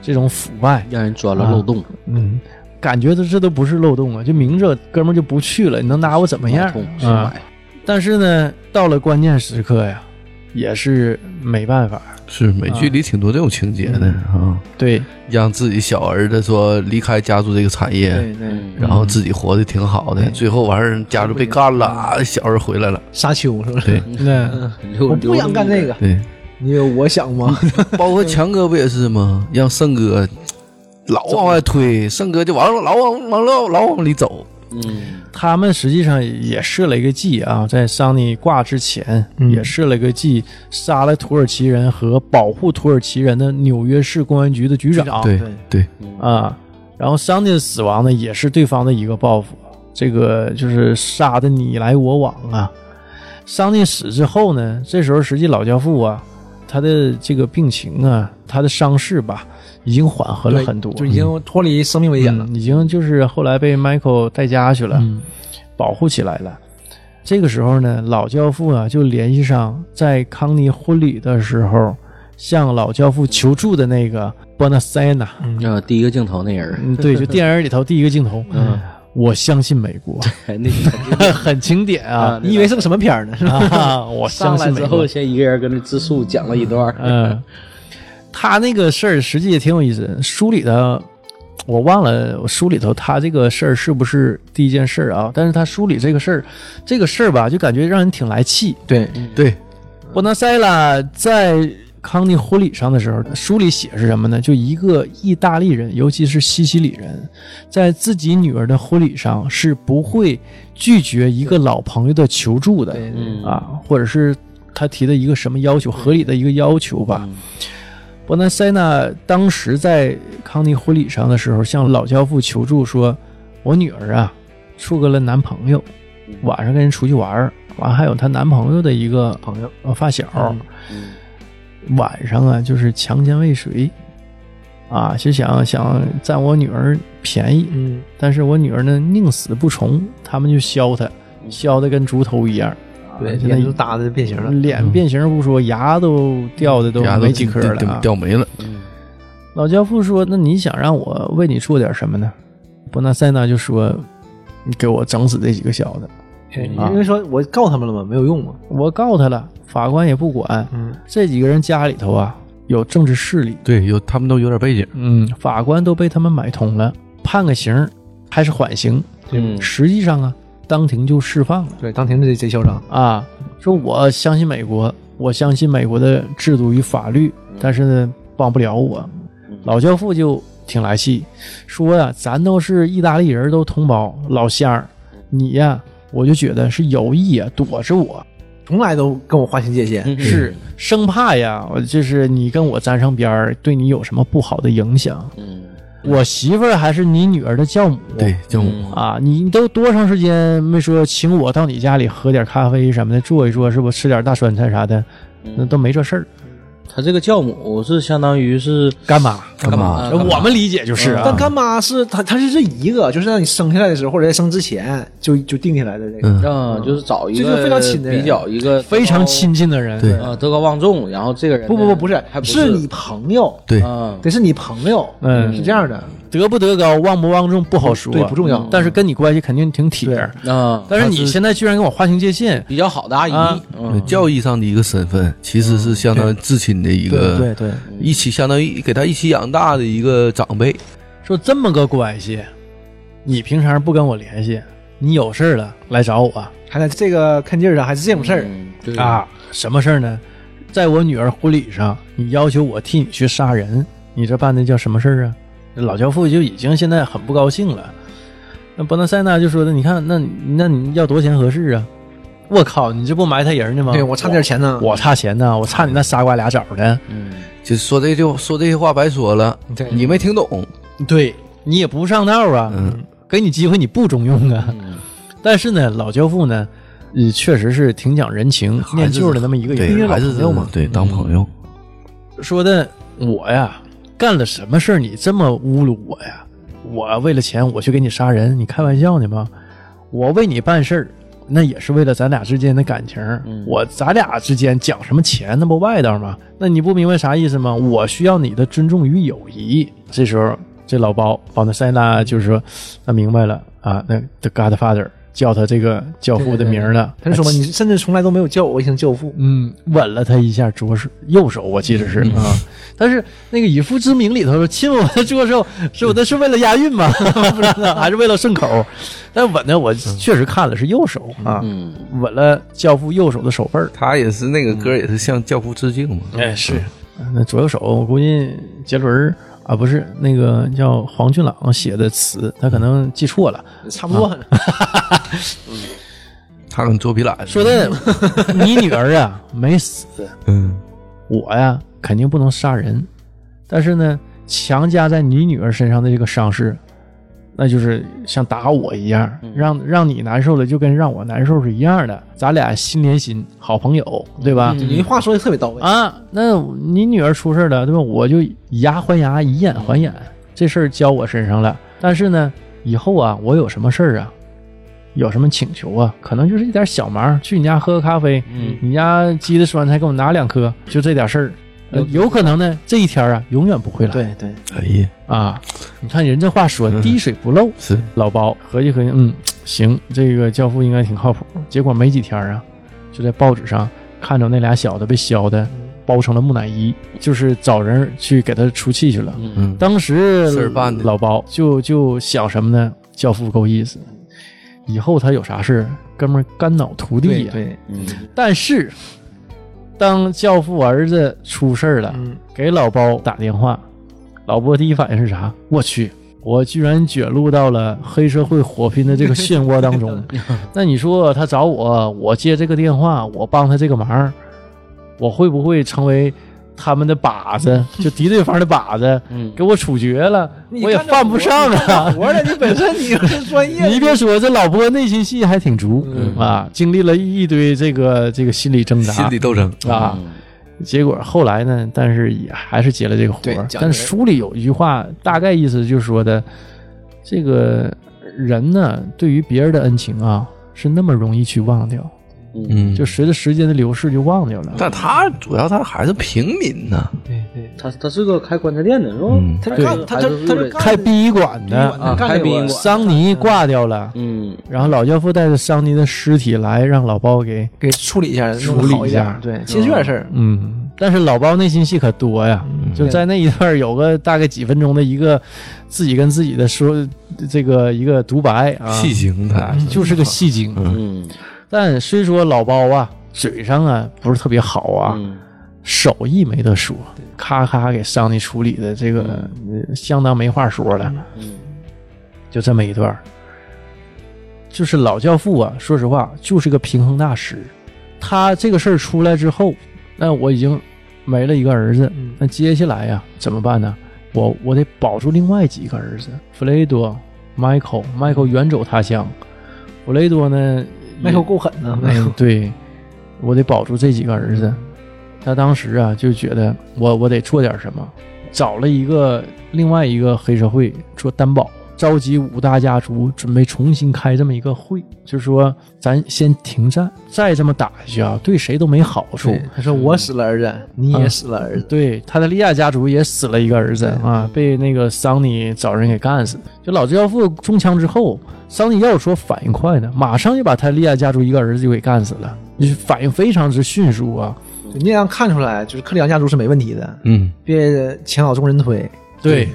这种腐败，
让人钻了漏洞，
嗯，感觉这这都不是漏洞啊！就明着哥们儿就不去了，你能拿我怎么样
买通去
啊？
买，
但是呢，到了关键时刻呀，也是没办法。
是美剧里挺多这种情节的啊，
对，
让自己小儿子说离开家族这个产业，
对对，
嗯
然后自己活得挺好的，最后完事儿家族被干了，啊小儿回来了，嗯
沙丘是不是？
对
那
留
我 不想干这，个，
对，
你有我想吗？
包括强哥不也是吗？让胜哥老往外推，胜哥就完了，老往往老老往里走，
留着嗯，
他们实际上也设了一个计啊，在桑尼挂之前、
嗯
也设了一个计，杀了土耳其人和保护土耳其人的纽约市公安局的局长。
对对，
啊，然后桑尼的死亡呢，也是对方的一个报复，这个就是杀的你来我往啊。桑尼死之后呢，这时候实际老教父啊，他的这个病情啊，他的伤势吧，已经缓和了
对
很多，
就已经脱离生命危险了。
嗯已经就是后来被 Michael 带家去了，保护起来了。这个时候呢，老教父啊就联系上在康妮婚礼的时候向老教父求助的那个 Bonacena，
啊，第一个镜头那人，
嗯，对，就电影里头第一个镜 头，
嗯，
我相信美国，
哎 那个
很经典啊，
你以为是个什么片儿呢？
啊，我相信美国。
先一个人跟那自述讲了一段儿，
嗯，他那个事儿实际也挺有意思，书里头我忘了，书里头他这个事儿是不是第一件事儿啊？但是他书里这个事儿，这个事儿吧，就感觉让人挺来气。
对，
对，
嗯波纳塞拉在康妮婚礼上的时候，书里写是什么呢？就一个意大利人，尤其是西西里人，在自己女儿的婚礼上是不会拒绝一个老朋友的求助的
对
嗯
啊，或者是他提的一个什么要求，合理的一个要求吧。
嗯
伯南塞纳当时在康妮婚礼上的时候，向老教父求助说：“我女儿啊，处个了男朋友，
嗯
晚上跟人出去玩儿，完还有她男朋友的一个朋友呃发小，
嗯
晚上啊就是强奸未遂，啊就想想占我女儿便宜，
嗯，
但是我女儿呢宁死不从，他们就削她，
嗯
削的跟猪头一样，
对，
现
现
在
在都搭的变形了。
脸变形不说，牙都掉的都
家
没几颗了、啊。
掉没了，
嗯
老教父说：“那你想让我为你做点什么呢？”伯纳塞纳就说：“你给我整死这几个小子，
因为说我告他们了嘛，没有用嘛。
我告他了，法官也不管。
嗯，
这几个人家里头啊有政治势力，
对，有他们都有点背景，
嗯，法官都被他们买通了，判个刑还是缓刑，
嗯
实际上啊，当庭就释放了
对，当庭这贼嚣张。
啊。说我相信美国，我相信美国的制度与法律，但是呢，帮不了我。老教父就挺来气，说呀、咱都是意大利人，都同胞老乡儿，你呀、我就觉得是有意啊，躲着我，
从来都跟我划清界
嗯
限。
是生怕呀，我就是你跟我沾上边儿，对你有什么不好的影响。
嗯
我媳妇儿还是你女儿的教母，
对，教母，
嗯
啊，你你都多长时间没说请我到你家里喝点咖啡什么的，坐一坐，是不吃点大酸菜啥的，那都没这事儿。
他这个教母是相当于是
干妈，
干嘛？
啊
我们理解就是啊，
嗯但干妈是她，她是这一个，就是让你生下来的时候，或者在生之前就就定下来的这个。
嗯，
啊，就是找一
这
个
就非常亲的人
比较一个
非常亲近的人，
对
啊德高望重，然后这个人呢
不不不，不是
还，不
是你朋友，
对，
啊，
得是你朋友，
嗯
是这样的。
德不德高，望不望重不好说，
对不重要嗯
但是跟你关系肯定挺铁。
啊，
但是你现在居然跟我划清界限，
比较好的阿姨
啊，
嗯
教义上的一个身份，其实是相当于至亲的一
嗯
个，
对对，
一起相当于给他一起养大的一个长辈，
说这么个关系，你平常不跟我联系，你有事儿了来找我
还在这个看劲儿上，还是这种事儿，
嗯对，
啊？什么事儿呢？在我女儿婚礼上，你要求我替你去杀人，你这办的叫什么事儿啊？老教父就已经现在很不高兴了。那伯纳塞纳就说的，你看，那那你要多少钱合适啊？我靠，你这不埋汰人呢吗？
对我差点钱呢，
我差钱呢，我差你那仨瓜俩枣的。
嗯，
就说这句说这些话白说了，
对
你没听懂，
对你也不上道啊，
嗯
给你机会你不中用啊。
嗯
但是呢，老教父呢，呃，确实是挺讲人情、念旧的那么一个
对，
人。
还是这嘛，对，
嗯
当朋友，
说的我呀，干了什么事儿你这么侮辱我呀？我为了钱我去给你杀人，你开玩笑呢吗？我为你办事儿，那也是为了咱俩之间的感情。
嗯
我咱俩之间讲什么钱，那不外道吗？那你不明白啥意思吗？我需要你的尊重与友谊。这时候，这老包保德塞纳就是说，那明白了啊，那 The Godfather 叫他这个教父的名儿了。啊
他就说嘛，你甚至从来都没有叫我一声教父，
嗯，吻了他一下左手右手，我记得是啊。但是那个《以父之名》里头说亲我的左手，是我那是为了押韵 吗？不知道，还是为了顺口？但吻的我确实看了是右手啊，
嗯，
吻了教父右手的手背儿。
他也是那个歌也是向教父致敬嘛，
嗯哎，是那左右手，我估计杰伦儿啊，不是那个叫黄俊朗写的词，他可能记错了。
差不
啊
多。
他跟周皮懒
说的 你女儿啊没死，
嗯，
我呀肯定不能杀人，但是呢，强加在你女儿身上的这个伤势，那就是像打我一样，让让你难受了，就跟让我难受是一样的。咱俩心连心，好朋友，对吧？
你这话说的特别到位，
啊，那你女儿出事了，对吧？我就以牙还牙，以眼还眼，这事儿交我身上了。但是呢，以后啊，我有什么事儿啊，有什么请求啊，可能就是一点小忙，去你家喝个咖啡，
嗯
你家鸡的酸菜给我拿两颗，就这点事儿。呃有可能呢，这一天啊，永远不会来。
对对，
哎呀，
啊，你看人这话说，滴水不漏。
是
老包合计合计，嗯，行，这个教父应该挺靠谱。结果没几天啊，就在报纸上看着那俩小子被削的包成了木乃伊，就是找人去给他出气去了。
嗯
当时
事儿办的
老包就就想什么呢？教父够意思，以后他有啥事儿，哥们儿肝脑涂地
对
呀、
对，
嗯
但是，当教父儿子出事儿了，
嗯
给老包打电话，老包第一反应是啥？我去，我居然卷入到了黑社会火拼的这个漩涡当 中。那你说他找我，我接这个电话，我帮他这个忙，我会不会成为他们的靶子，就敌对方的靶子，
嗯
给我处决了？
你
我也
干这
犯不
活
上啊！
活了，你本身你是专业的，
你别说，这老波内心戏还挺足、
嗯
啊，经历了一堆这个这个心理挣扎，
心理斗争，
啊。
嗯
结果后来呢，但是也还是接了这个活
对
儿。
讲
但
人
书里有一句话，大概意思就是说的，这个人呢，对于别人的恩情啊，是那么容易去忘掉，
嗯，
就随着时间的流逝就忘掉了。
但他主要他还是平民呐，
对对，
他他是个开棺材店的是吧？
嗯
他
对
就干他
还
就是他
为了
就干
开殡仪馆的
啊，
啊开殡仪馆
桑尼挂掉了，
嗯
然后老教父带着桑尼的尸体来，让老包给
给处理一下，
处理
弄好
一
一
下
点对，其实有点事儿，
嗯，但是老包内心戏可多呀，
嗯
就在那一段儿有个大概几分钟的一个自己跟自己的说这个一个独白啊，
戏精他
就是个戏精。
嗯
但虽说老包啊嘴上啊不是特别好啊，
嗯
手艺没得说，咔咔给桑尼处理的这个、呃相当没话说了，
嗯
就这么一段儿。就是老教父啊，说实话就是个平衡大师。他这个事儿出来之后，那我已经没了一个儿子，
嗯
那接下来呀、啊怎么办呢？我我得保住另外几个儿子，弗雷多、Michael、Michael
嗯
远走他乡，弗雷多呢
迈克够狠呐，迈
嗯
克，
对，我得保住这几个儿子。他当时啊就觉得我我得做点什么，找了一个另外一个黑社会做担保，召集五大家族准备重新开这么一个会，就说咱先停战，再这么打下去啊，对谁都没好处。
对，他说我死了儿子，你
嗯
也死了儿子，
对，泰德利亚家族也死了一个儿子啊，被那个桑尼找人给干死。就老教父中枪之后，桑尼要说反应快呢，马上就把泰德利亚家族一个儿子就给干死了，就是反应非常之迅速啊。
你也让看出来，就是克里昂家族是没问题的，
嗯，
别墙倒众人推，
对，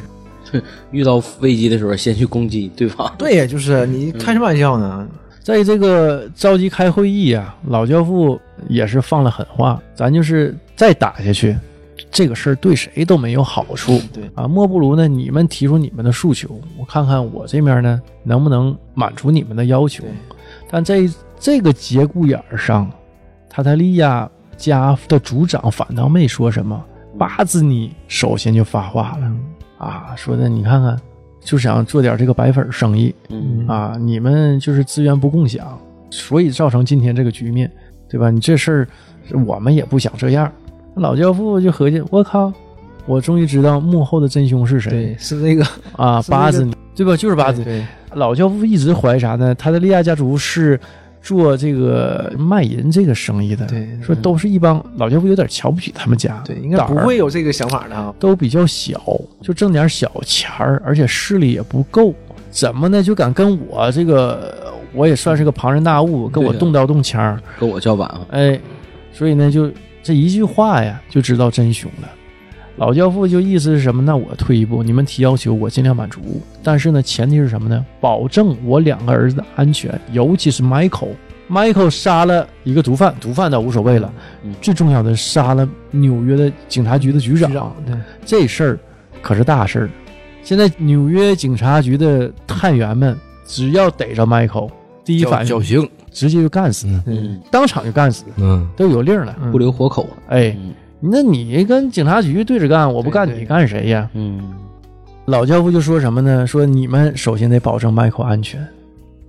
遇到危机的时候先去攻击对方。
对，就是你
嗯
开什么玩笑呢？
在这个召集开会议啊，老教父也是放了狠话，咱就是再打下去，这个事儿对谁都没有好处。
对
啊，莫不如呢，你们提出你们的诉求，我看看我这面呢能不能满足你们的要求
对。
但在这个节骨眼儿上，塔塔利亚家的族长反倒没说什么，
嗯
巴兹尼首先就发话了啊，说的你看看，就想做点这个白粉儿生意，
嗯
啊，你们就是资源不共享，所以造成今天这个局面，对吧？你这事儿我们也不想这样。老教父就合计，我靠，我终于知道幕后的真凶是谁
对，是那个
啊，
是那个
八字，对吧？ 就是八字。
对，
老教父一直怀疑啥呢？他的利亚家族是做这个卖淫这个生意的，
对
说都是一帮老教父有点瞧不起他们家，
对，应该
胆
不
儿
会有这个想法的啊哈。
都比较小，就挣点小钱儿，而且势力也不够，怎么呢？就敢跟我这个，我也算是个庞然大物，跟我
对呀
动刀动枪儿，
跟我叫板啊，
哎，所以呢，就这一句话呀，就知道真凶了。老教父就意思是什么？那我退一步，你们提要求，我尽量满足，但是呢，前提是什么呢？保证我两个儿子的安全，尤其是 Michael。Michael 杀了一个毒贩，毒贩倒无所谓了，
嗯
最重要的是杀了纽约的警察局的局长。
局长对
这事儿可是大事儿。现在纽约警察局的探员们，只要逮着 Michael，第一反
绞
应
刑，
直接就干死，
嗯，
当场就干死，
嗯，
都有令儿了。
不留活口。
哎，
嗯
那你跟警察局对着干，我不干
对对
你干谁呀？
嗯
老教父就说什么呢？说你们首先得保证 Michael 安全，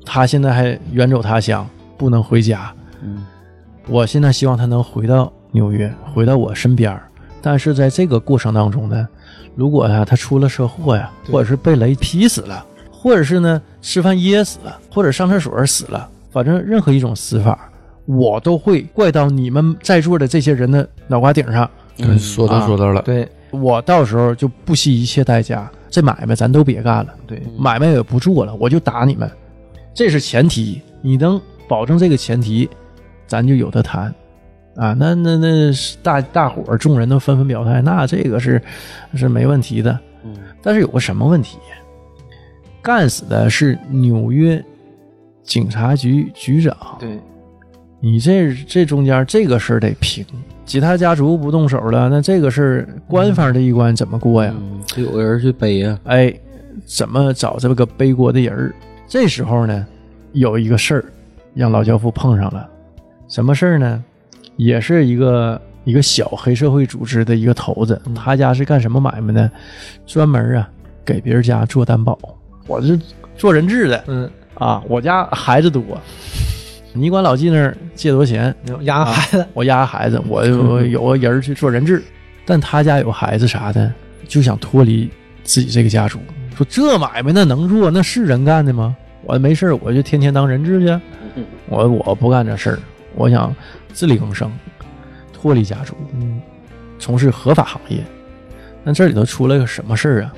他现在还远走他乡，不能回家。
嗯
我现在希望他能回到纽约，回到我身边儿。但是在这个过程当中呢，如果呀、他出了车祸呀，或者是被雷劈死了，或者是呢吃饭噎死了，或者上厕所死了，反正任何一种死法，我都会怪到你们在座的这些人的脑瓜顶上。
嗯说
啊
到说到了，
对
我到时候就不惜一切代价，这买卖咱都别干了，
对
买卖也不做了，我就打你们。这是前提，你能保证这个前提，咱就有的谈。啊，那那那是大大伙儿众人都纷纷表态，那这个是是没问题的。
嗯
但是有个什么问题？干死的是纽约警察局局长，
对
你这这中间这个事儿得平，其他家族不动手了，那这个事儿官方这一关怎么过呀？
嗯，得有个人去背呀。
哎，怎么找这么个背锅的人儿？这时候呢，有一个事儿让老教父碰上了，什么事儿呢？也是一个一个小黑社会组织的一个头子，他家是干什么买卖呢？专门啊给别人家做担保，我是做人质的
嗯，
啊，我家孩子多，你管老纪那儿借多少钱？
那种
啊
压孩子，
我家孩子，我我有个人去做人质，但他家有孩子啥的，就想脱离自己这个家族。说这买卖那能做，那是人干的吗？我没事儿我就天天当人质去， 我我不干这事儿，我想自力更生，脱离家族，从事合法行业。那这里头出了个什么事儿啊？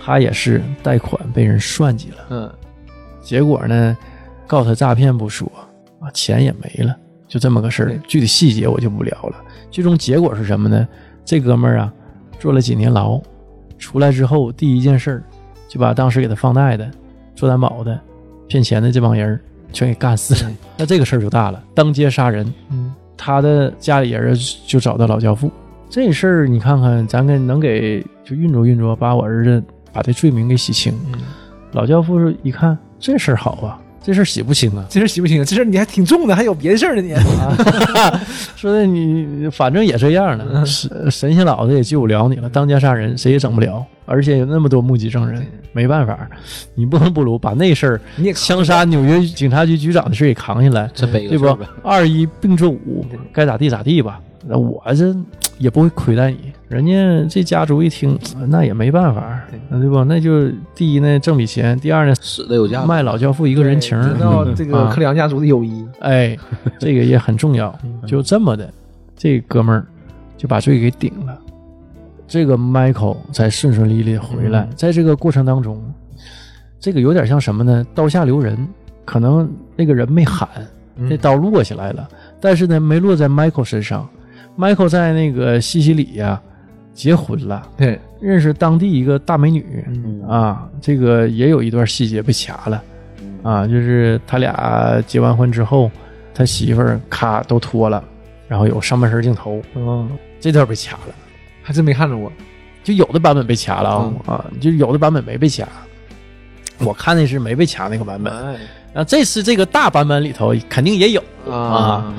他也是贷款被人算计了。
嗯，
结果呢，告他诈骗不说啊，钱也没了，就这么个事儿
对。
具体细节我就不聊了。最终结果是什么呢？这哥们儿啊，坐了几年牢，出来之后第一件事儿就把当时给他放贷的、做担保的、骗钱的这帮人儿全给干死了。 那这个事儿就大了，当街杀人。
嗯，
他的家里人就找到老教父。这事儿你看看，咱跟能给就运作运作，把我儿子把这罪名给洗清。
嗯，
老教父一看这事儿好啊，这事儿洗不清啊
这事儿行不行？这事儿你还挺重的，还有别的事儿呢，你
嗯
啊
说的你反正也这样了，神神仙老子也救不了你了，当街杀人谁也整不了，而且有那么多目击证人，没办法，你不能不如把那事儿
你也
枪杀纽约警察局局长的事儿给扛下来，
再背一
对
个事
不
儿呗。？
二一并作五，该咋地咋地吧。那我这也不会亏待你。人家这家族一听，呃那也没办法，那对不？那就第一呢挣笔钱，第二呢
死的有价值。
卖老教父一个人情儿，嗯啊
知道这个克里昂家族的友谊，
哎，这个也很重要。就这么的，这哥们儿就把罪给顶了。这个 Michael 才顺顺利利地回来。在这个过程当中，这个有点像什么呢？刀下留人，可能那个人没喊，那刀落下来了，但是呢，没落在 Michael 身上。Michael 在那个西西里呀、结婚了，
对，
认识当地一个大美女，
嗯
啊，这个也有一段细节被卡了，啊，就是他俩结完婚之后，他媳妇儿咔都脱了，然后有上半身镜头，
嗯，
这段被卡了，
还真没看着过。
就有的版本被卡了啊、啊，就有的版本没被卡。我看的是没被卡那个版本，
嗯
然后这次这个大版本里头肯定也有，啊，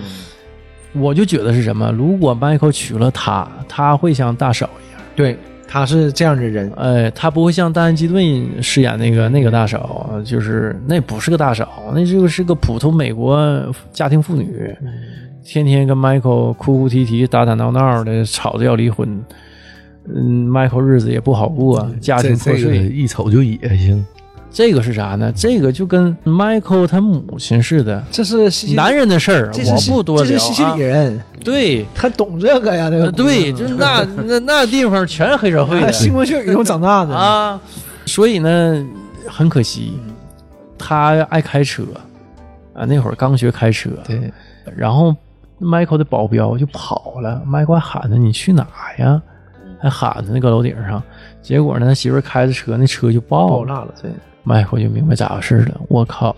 我就觉得是什么？如果 Michael 娶了她，她会像大嫂一样，
对，他是这样的人，
哎，她不会像丹·基顿饰演那个那个大嫂，就是那不是个大嫂，那就是个普通美国家庭妇女，天天跟 Michael 哭哭啼啼、打打闹闹的，吵着要离婚。嗯，Michael 日子也不好过，家庭
这
破碎。
这个一瞅就野 性，
这个是啥呢？这个就跟 Michael 他母亲似的，
这是西
男，人的事儿，
这是
我
西
不多
这
聊、
是西西
啊
里。人，
对，
他懂这个呀，对
呃
吧？
对，就是那那那地方全黑社会
他新
的
闻血雨中长大的，
啊，所以呢，很可惜，他爱开车啊，那会儿刚学开车，
对，
然后 Michael 的保镖就跑了，Michael 还喊他你去哪呀？还喊他那个楼顶上，结果呢，他媳妇儿开着车，那车就爆
爆
了。
炸了，对，
Michael 就明白咋回事了，我靠，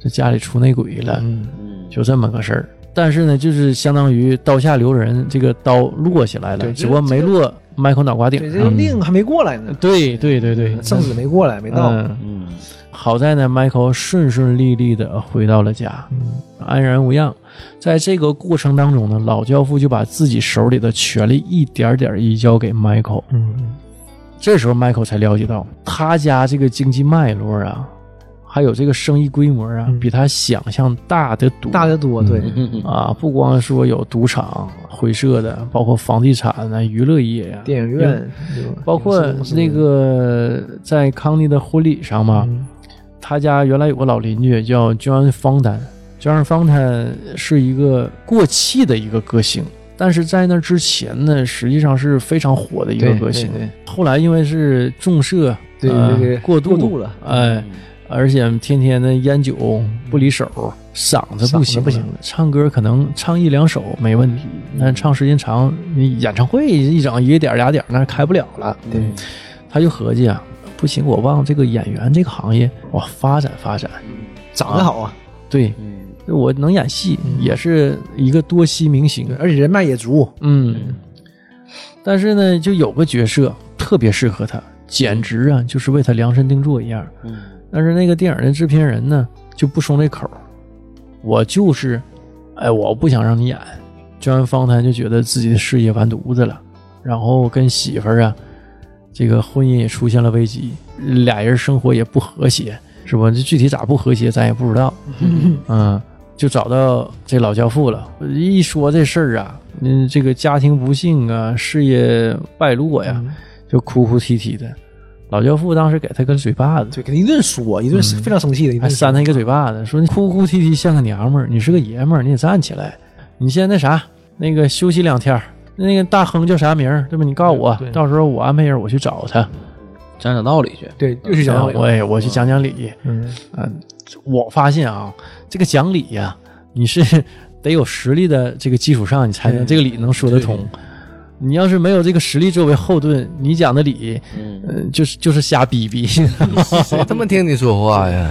这家里出内鬼了。
嗯
就这么个事儿。但是呢，就是相当于刀下留人，这个刀落下来了，
对
只不过没落迈克脑瓜顶
对，这
上。
令还没过来呢，
对对对对，
圣旨没过来，没到，
嗯，好在呢，Michael 顺顺利利的回到了家，
嗯
安然无恙。在这个过程当中呢，老教父就把自己手里的权利一点点移交给 Michael。
嗯，
这时候 Michael 才了解到，他家这个经济脉络啊，还有这个生意规模啊，比他想象大得多，
嗯大得多，对，
啊，不光说有赌场、会社的，包括房地产呢、娱乐业呀、
电影院，对吧
包括那个嗯在康妮的婚礼上
啊
嘛，他家原来有个老邻居叫 John Fontan。John Fontan 是一个过气的一个歌星，但是在那之前呢，实际上是非常火的一个
对
歌
对
星。后来因为是重色
对
呃
这个
过度
过度了
哎，而且天天的烟酒不离手，嗓子不行
嗓子
了
不行，
唱歌可能唱一两首没问题，但唱时间长，你演唱会一整一个点儿俩点儿那开不了了。对，他就合计啊，不行，我往这个演员这个行业我发展发展。
长得好啊，
对，我能演戏，也是一个多栖明星。
而且人脉也足，
嗯，但是呢，就有个角色特别适合他，简直啊，就是为他量身定做一样。但是那个电影的制片人呢，就不松这口儿，我就是，哎，我不想让你演。娟方谈就觉得自己的事业完犊子了，然后跟媳妇儿啊，这个婚姻也出现了危机，俩人生活也不和谐，是吧？这具体咋不和谐，咱也不知道。 嗯，就找到这老教父了。一说这事儿啊，嗯，这个家庭不幸啊，事业败落呀，
嗯啊
就哭哭啼啼的。老教父当时给他个嘴巴子，
对，给他一顿说，一顿非常生气的，一
嗯还
顿
扇
他
他一个嘴巴子，说你哭哭啼啼像个娘们儿，你是个爷们儿，你得站起来。你先那啥，那个休息两天儿。那个大亨叫啥名儿，对吧？你告诉我，到时候我安排人我去找他。
讲讲道理去。
对，又去讲道理，
嗯啊我也我去讲讲理。 嗯我发现啊，这个讲理呀、你是得有实力的这个基础上，你才能这个理能说得通。你要是没有这个实力作为后盾，你讲的理，嗯、就是就是瞎逼逼。
谁他妈听你说话呀？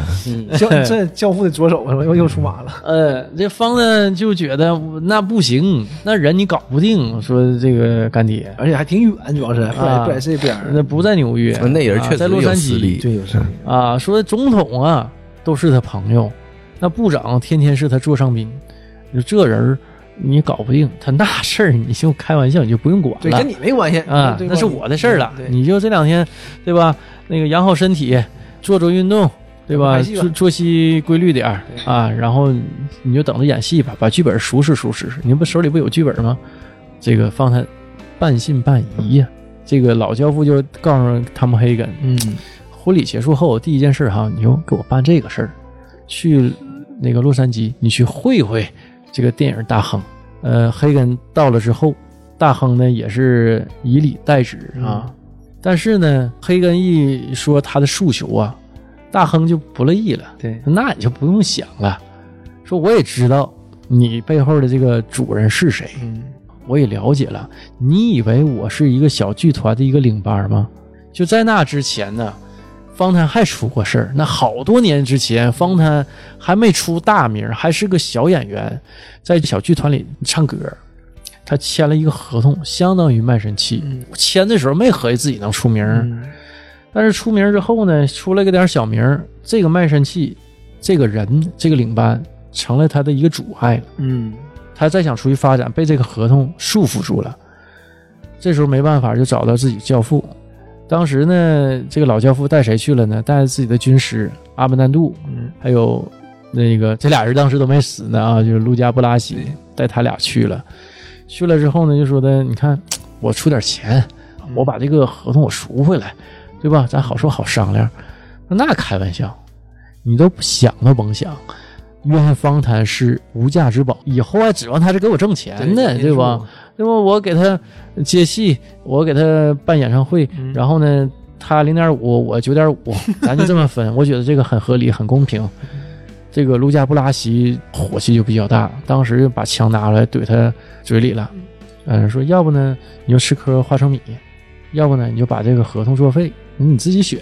教这教父的左手是吧又又出马 了，
呃，这方呢就觉得那不行，那人你搞不定。说这个干爹，
而且还挺远，主要是不
啊
在不在这边儿，
那不在纽约，
那人
啊
确
在
实
洛
有
杉
实
矶。
力，
对，有事儿
啊，说总统啊都是他朋友，那部长天天是他座上宾，你说这人儿你搞不定，他那事儿你就开玩笑，你就不用管
对，
了
跟你没关系
啊，
对嗯
那是我的事儿了
对，
你就这两天对吧？那个养好身体，做做运动。对吧？
拍戏吧
作作息规律点儿啊，然后你就等着演戏吧，把剧本熟识熟识。你不手里不有剧本吗？这个放他半信半疑呀、这个老教父就告诉汤姆·黑根，
嗯，
婚礼结束后第一件事哈，你就给我办这个事儿，去那个洛杉矶，你去会会这个电影大亨。呃，黑根到了之后，大亨呢也是以礼待之啊。但是呢，黑根一说他的诉求啊，大亨就不乐意了。
对，
那你就不用想了，说我也知道你背后的这个主人是谁，
嗯，
我也了解了。你以为我是一个小剧团的一个领班吗？就在那之前呢，方谭还出过事儿。那好多年之前，方谭还没出大名，还是个小演员，在小剧团里唱歌。他签了一个合同，相当于卖身契。
嗯
签的时候没合计自己能出名，但是出名之后呢，出了个点小名儿，这个卖身契，这个人，这个领班成了他的一个阻碍了。
嗯，
他再想出去发展，被这个合同束缚住了。这时候没办法，就找到自己教父。当时呢，这个老教父带谁去了呢？带着自己的军师阿门旦杜，
嗯
还有那个这俩人当时都没死呢啊，就是卢加布拉西带他俩去了。去了之后呢，就说的，你看我出点钱，我把这个合同我赎回来，对吧？咱好说好商量。那开玩笑，你都想都甭想。约翰方谈是无价之宝，以后还指望他是给我挣钱呢，对吧？？那么我给他接戏，我给他办演唱会，嗯
嗯
然后呢，他零点五，我九点 五，咱就这么分，我觉得这个很合理，很公平。这个卢加布拉西火气就比较大，当时就把枪拿出来怼他嘴里了，嗯、说要不呢你就吃颗花生米，要不呢你就把这个合同作废，你自己选，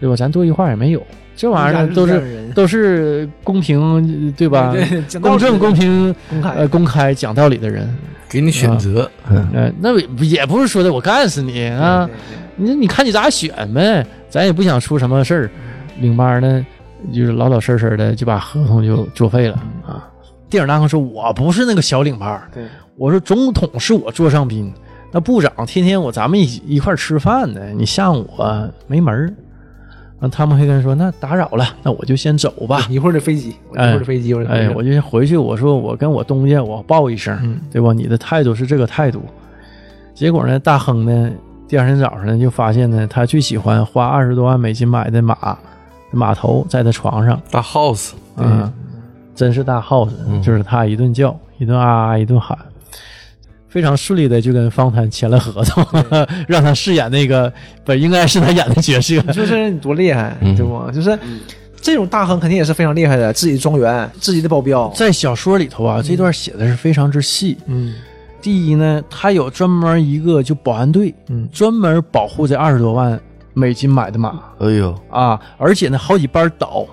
对吧？咱多一话也没有，这玩意儿呢都是
是
都是公平，对吧？公正、公平、
公开
呃，公开讲道理的人，
给你选择，嗯，
呃，那也不也不是说的我干死你啊，你你看你咋选呗，咱也不想出什么事儿。领班呢，就是老老实实的就把合同就作废了啊。电影大亨说：“我不是那个小领班，
对，
我说总统是我座上宾，那部长天天我咱们一起一块儿吃饭呢，你像我没门儿。”啊，汤姆·黑根说：“那打扰了，那我就先走吧。”
一会儿的飞机，我一会儿的飞机，一会儿的飞
啊哎
机，
我就回去，我说我跟我东家我报一声，
嗯
对吧？你的态度是这个态度。结果呢，大亨呢，第二天早上呢就发现呢，他最喜欢花二十多万美金买的马，马头在他床上，
大 house，
嗯，真是大耗子，就是他一顿叫，一顿啊啊一顿喊，非常顺利的就跟方谈签了合同， 让他饰演那个本应该是他演的角色，
你说这人多厉害，
嗯
对不？就是这种大亨肯定也是非常厉害的，自己的庄园，自己的保镖，
在小说里头啊，这段写的是非常之细。
嗯
第一呢，他有专门一个就保安队，
嗯
专门保护这二十多万美金买的马
哎呦
啊，而且呢，好几班倒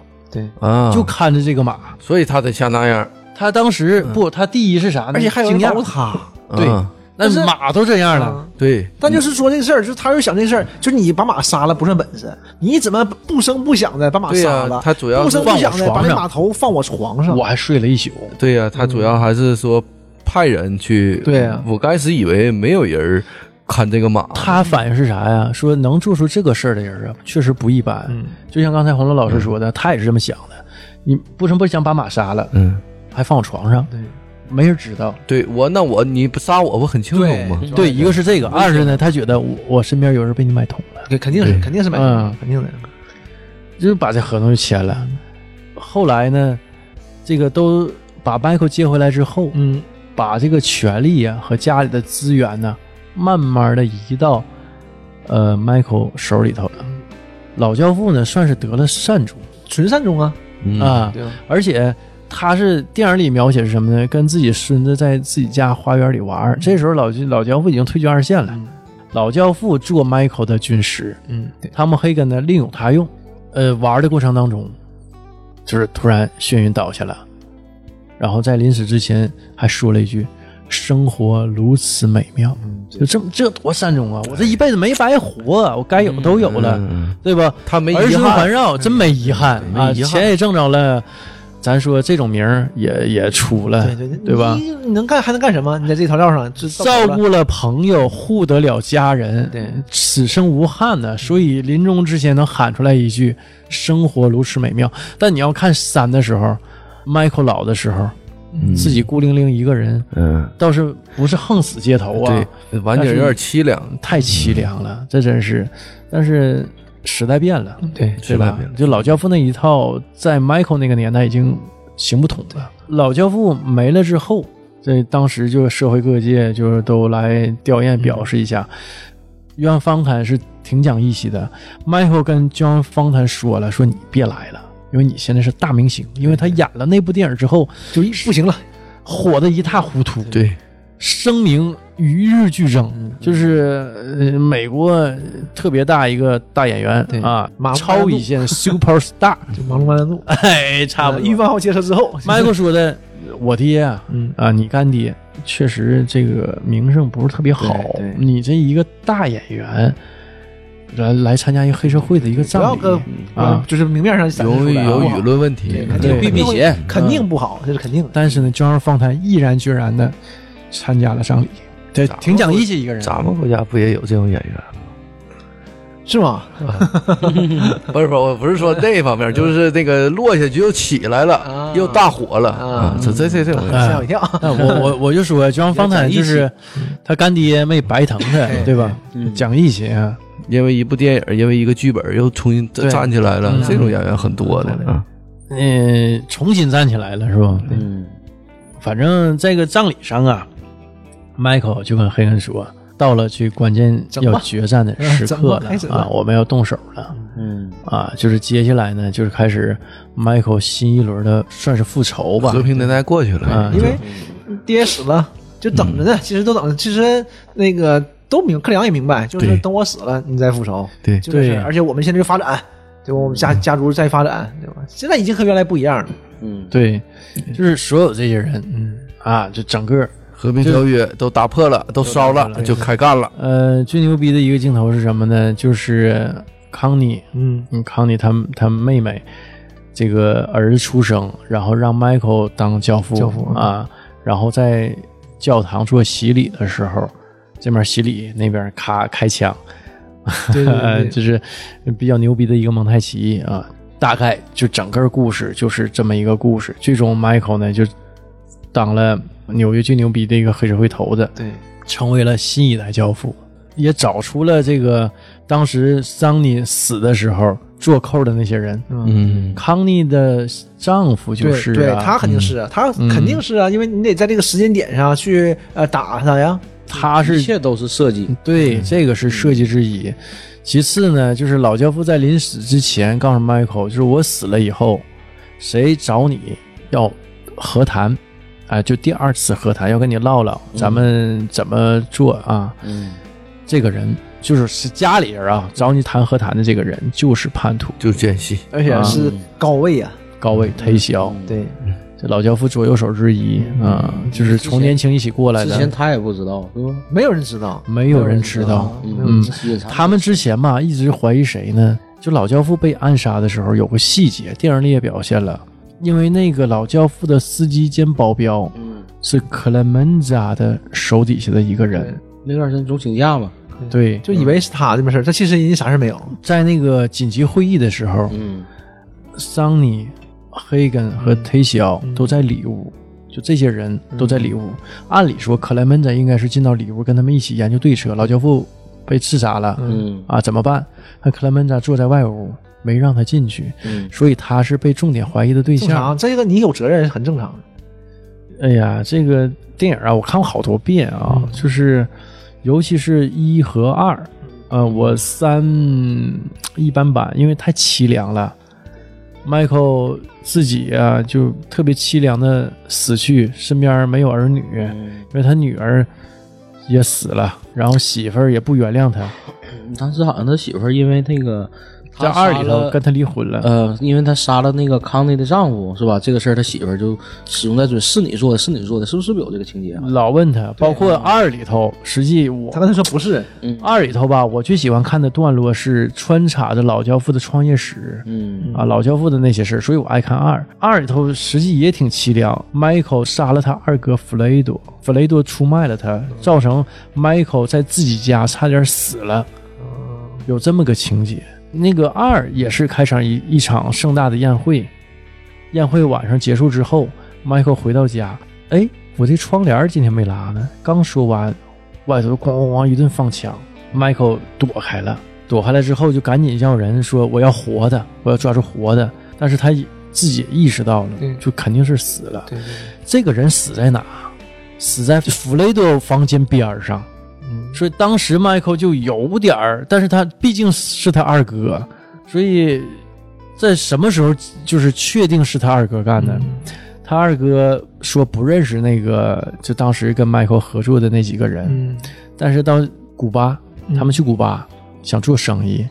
啊，
就看着这个马。
所以他得像那样，
他当时不，他第一是啥呢？
嗯而且还有人
惊
保
讶
护，他。
对
啊
那
但是啊
马都这样了，
对，
但就是说这事儿，就是他要想这事儿，就是你把马杀了不算本事，你怎么不声不响的把马
对
杀
呀
了？，
他主要
不
是
声不响的
放我床
把那
上
马头放我床上
我，还睡了一宿。
对呀、他主要还是说派人去。
对呀
我开始以为没有人看这个马，
他反应是啥呀？说能做出这个事儿的人啊，确实不一般。
嗯
就像刚才黄龙老师说的，他也是这么想的。你不声不响把马杀了，
嗯，
还放我床上，没人知道。
对我那我你不杀我不很轻松吗？
对，一个是这个，二是呢，他觉得我我身边有人被你买通了，
肯定是肯定是买
嗯，
肯定的。
就把这合同就签了。后来呢，这个都把 Michael 接回来之后，
嗯，
把这个权利呀、和家里的资源呢，慢慢的移到呃 Michael 手里头了。老教父呢，算是得了善终
纯善终啊，
嗯，
啊，
对吧？
而且他是电影里描写是什么呢？跟自己孙子在自己家花园里玩儿。这时候老老教父已经退居二线了，老教父做 Michael 的军师，
嗯，对，
汤姆·黑根呢另有他用。呃，玩的过程当中，就是突然眩晕倒下了，然后在临死之前还说了一句：“生活如此美妙。”
嗯
就这么这多善终啊！我这一辈子没白活，啊我该有都有了，
嗯
对吧？
他没
儿
遗
孙环
憾，嗯
绕，真没遗憾
没
啊！
遗憾
钱也挣着了，咱说这种名儿也也出了，
对对对，
哎对吧
你？你能干还能干什么？你在这条料上就到头
照
了
顾了朋友，护得了家人，
对
此生无憾呢。所以临终之前能喊出来一句“生活如此美妙”，但你要看三的时候，Michael 老的时候，自己孤零零一个人，
嗯，
倒是不是横死街头啊，
对，晚景有点凄凉，
太凄凉了，这真是。但是时代变了，
对
对吧？就老教父那一套，在 Michael 那个年代已经行不通了。老教父没了之后，这当时就社会各界就是都来吊唁表示一下。约翰方坦是挺讲义气的，Michael 跟 John 方坦说了，说你别来了，因为你现在是大明星，因为他演了那部电影之后
就一不行了，
火的一塌糊涂。
对，
声名与日俱增，
嗯
就是、呃、美国特别大一个大演员
对
啊
马，龙
超一线 super star，
就忙碌完了路，
哎，差 不多。
预防好接车之后，
迈克说的，我爹啊，
嗯
啊，你干爹确实这个名声不是特别好
对对。
你这一个大演员来来参加一个黑社会的一个
不要
葬
跟呃
礼啊，
就是明面上展示
有
出来啊
有
不好
舆论问题，
肯
对嗯
定
避避嫌，
肯定不好，这是肯定的。
但是呢，江儿放台毅然决然的参加了葬礼，这挺讲义气一个人。啊
咱们国家不也有这种演员吗？
是吗？
不是不是，我不是说那方面，就是那个落下去又起来了，又大火了啊！这这这这种，
吓我一跳。
那我我我就说，江方坦就是他干爹没白疼他，对吧？讲义气啊，
因为一部电影，因为一个剧本，又重新
对
站起来了
嗯，
这种演员很多的啊。
嗯、重新站起来了是吧？
嗯，
反正这个葬礼上啊，Michael 就跟黑人说，到了去关键
整吧
要决战的时刻
嗯整吧开始
了
吧
啊，我们要动手了。
嗯，
啊，就是接下来呢，就是开始 Michael 新一轮的算是复仇吧
和，平年代过去了
嗯，
因为爹死了，就等着呢。其实都等着，其实那个都明，克里昂也明白，就是
对
等我死了，你再复仇。
对
就这事
对嗯
儿而且我们现在就发展，对吧？我们家家族在发展，对吧？现在已经和原来不一样了。
对，就是所有这些人，嗯啊，就整个
和平条约都打破了，都烧了，就开干了。
呃，最牛逼的一个镜头是什么呢？就是康妮，嗯，康妮他们他妹妹这个儿子出生，然后让 Michael 当教父，
教父嗯
啊，然后在教堂做洗礼的时候，这边洗礼，那边咔开枪，
对对 对
就是比较牛逼的一个蒙太奇啊。大概就整个故事就是这么一个故事，最终 Michael 呢就当了纽约最牛逼的一个黑社会头子，
对，
成为了新一代教父，也找出了这个当时桑尼死的时候做扣的那些人。
嗯，
康妮的丈夫就
对
是、啊，嗯
对，他肯定是啊，他肯定是啊，因为你得在这个时间点上去呃打他呀。
他
一
是
切都是设计，
对这个是设计之一。其次呢，就是老教父在临死之前告诉 Michael，就是我死了以后，谁找你要和谈，啊，就第二次和谈，要跟你唠唠，咱们怎么做啊？
嗯，
这个人就是是家里人啊，找你谈和谈的这个人就是叛徒，
就是奸细，
而且是高位啊，
高位忒小，
对，
这老教父左右手之一啊、就是从年轻一起过来
之前
的，
他也不知道，是吧？
没有人知道，
没有人知道。
哦
嗯，
他们之前吧，一直怀疑谁呢？就老教父被暗杀的时候有个细节，电影里也表现了，因为那个老教父的司机兼保镖
嗯，
是克莱门扎的手底下的一个人，
那段时间总请假嘛，
对，
就以为是他这么事儿，但其实人家啥事儿没有。
在那个紧急会议的时候，
嗯，
桑尼、黑根和忒肖
嗯
都在里屋，就这些人都在里屋。按理说，克莱门诊应该是进到里屋跟他们一起研究对策。老教父被刺杀了，
嗯
啊，怎么办？那克莱门诊坐在外屋，没让他进去，
嗯
所以他是被重点怀疑的对
正
象。
常，这个你有责任很正常。
哎呀，这个电影啊，我看过好多遍啊，就是尤其是一和二。呃，我三一般般，因为太凄凉了。Michael 自己啊，就特别凄凉的死去，身边没有儿女，因为他女儿也死了，然后媳妇儿也不原谅他，
当时好像他媳妇儿因为那个
在二里头跟他离婚了。
呃，因为他杀了那个康内的丈夫，是吧？这个事儿他媳妇儿就始终在追，是你做的，是你做的，是不是不是有这个情节啊？
老问他，包括二里头，实际我
他跟他说不是，
二里头吧，我最喜欢看的段落是穿插着老教父的创业史，
嗯
啊，老教父的那些事儿，所以我爱看二。二里头实际也挺凄凉，Michael 杀了他二哥弗雷多，弗雷多出卖了他，造成 Michael 在自己家差点死了，有这么个情节。那个二也是开场一一场盛大的宴会，宴会晚上结束之后，Michael 回到家，哎，我这窗帘儿今天没拉呢。刚说完，外头咣咣咣一顿放枪，Michael 躲开了。躲开了之后，就赶紧叫人说我要活的，我要抓住活的。但是他也自己也意识到了
对，
就肯定是死了。
对对
这个人死在哪？死在弗雷德房间边儿上。
嗯
所以当时 Michael 就有点儿，但是他毕竟是他二哥，
嗯
所以在什么时候就是确定是他二哥干的？他二哥说不认识那个，就当时跟 Michael 合作的那几个人，
嗯
但是到古巴，他们去古巴、想做生意，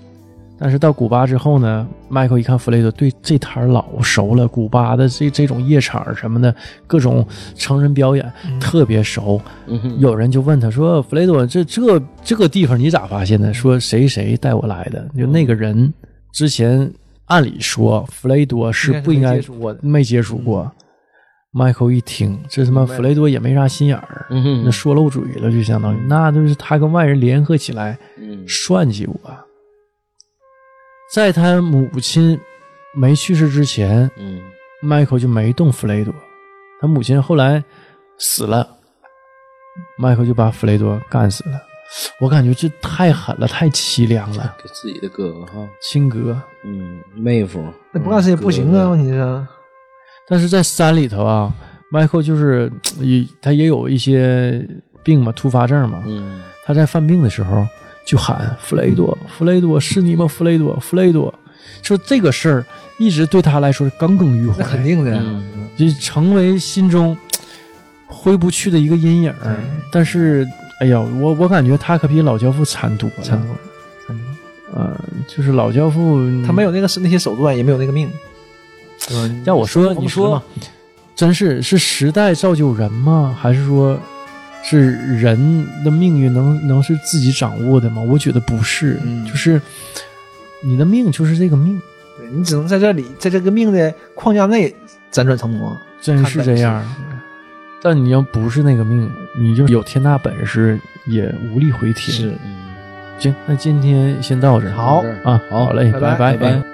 但是到古巴之后呢，Michael 一看弗雷德对这摊儿老熟了，古巴的这这种夜场什么的，各种成人表演、特别熟。
嗯哼，
有人就问他说：“弗雷多，这这这个地方你咋发现的？”说谁谁带我来的？就那个人之前按理说弗雷多是不应
应
该
该是没接触过的
没接触过。Michael 一听，这他妈弗雷多也没啥心眼儿，
嗯哼
那说漏嘴了，就相当于那就是他跟外人联合起来
嗯
算计我。在他母亲没去世之前，
嗯，
Michael 就没动弗雷多。他母亲后来死了，Michael 就把弗雷多干死了。我感觉这太狠了，太凄凉了，
给自己的哥哥哈，
亲哥。
嗯，妹夫，
那不干事也不行啊，问题是，
但是在山里头啊，Michael 就是嘖也他也有一些病嘛，突发症嘛。
嗯
他在犯病的时候就喊弗雷多，弗雷多是你吗？弗雷多，弗雷多。就这个事儿，一直对他来说是耿耿于怀
那，肯定的呀。
嗯
就成为心中挥不去的一个阴影儿。但是，哎呀，我我感觉他可比老教父惨多了。
惨多了
呃，就是老教父，
他没有那个那些手段，也没有那个命。对吧
要我说，你
嗯我
说
们，
真是是时代造就人吗？还是说，是人的命运能能是自己掌握的吗？我觉得不是，
嗯
就是你的命就是这个命，
对你只能在这里，在这个命的框架内辗转腾挪。
真是这样。但你要不是那个命，你就有天大本事也无力回天。
嗯，
行，那今天先到这儿。
好
啊，
好
好嘞，
拜拜
拜
拜拜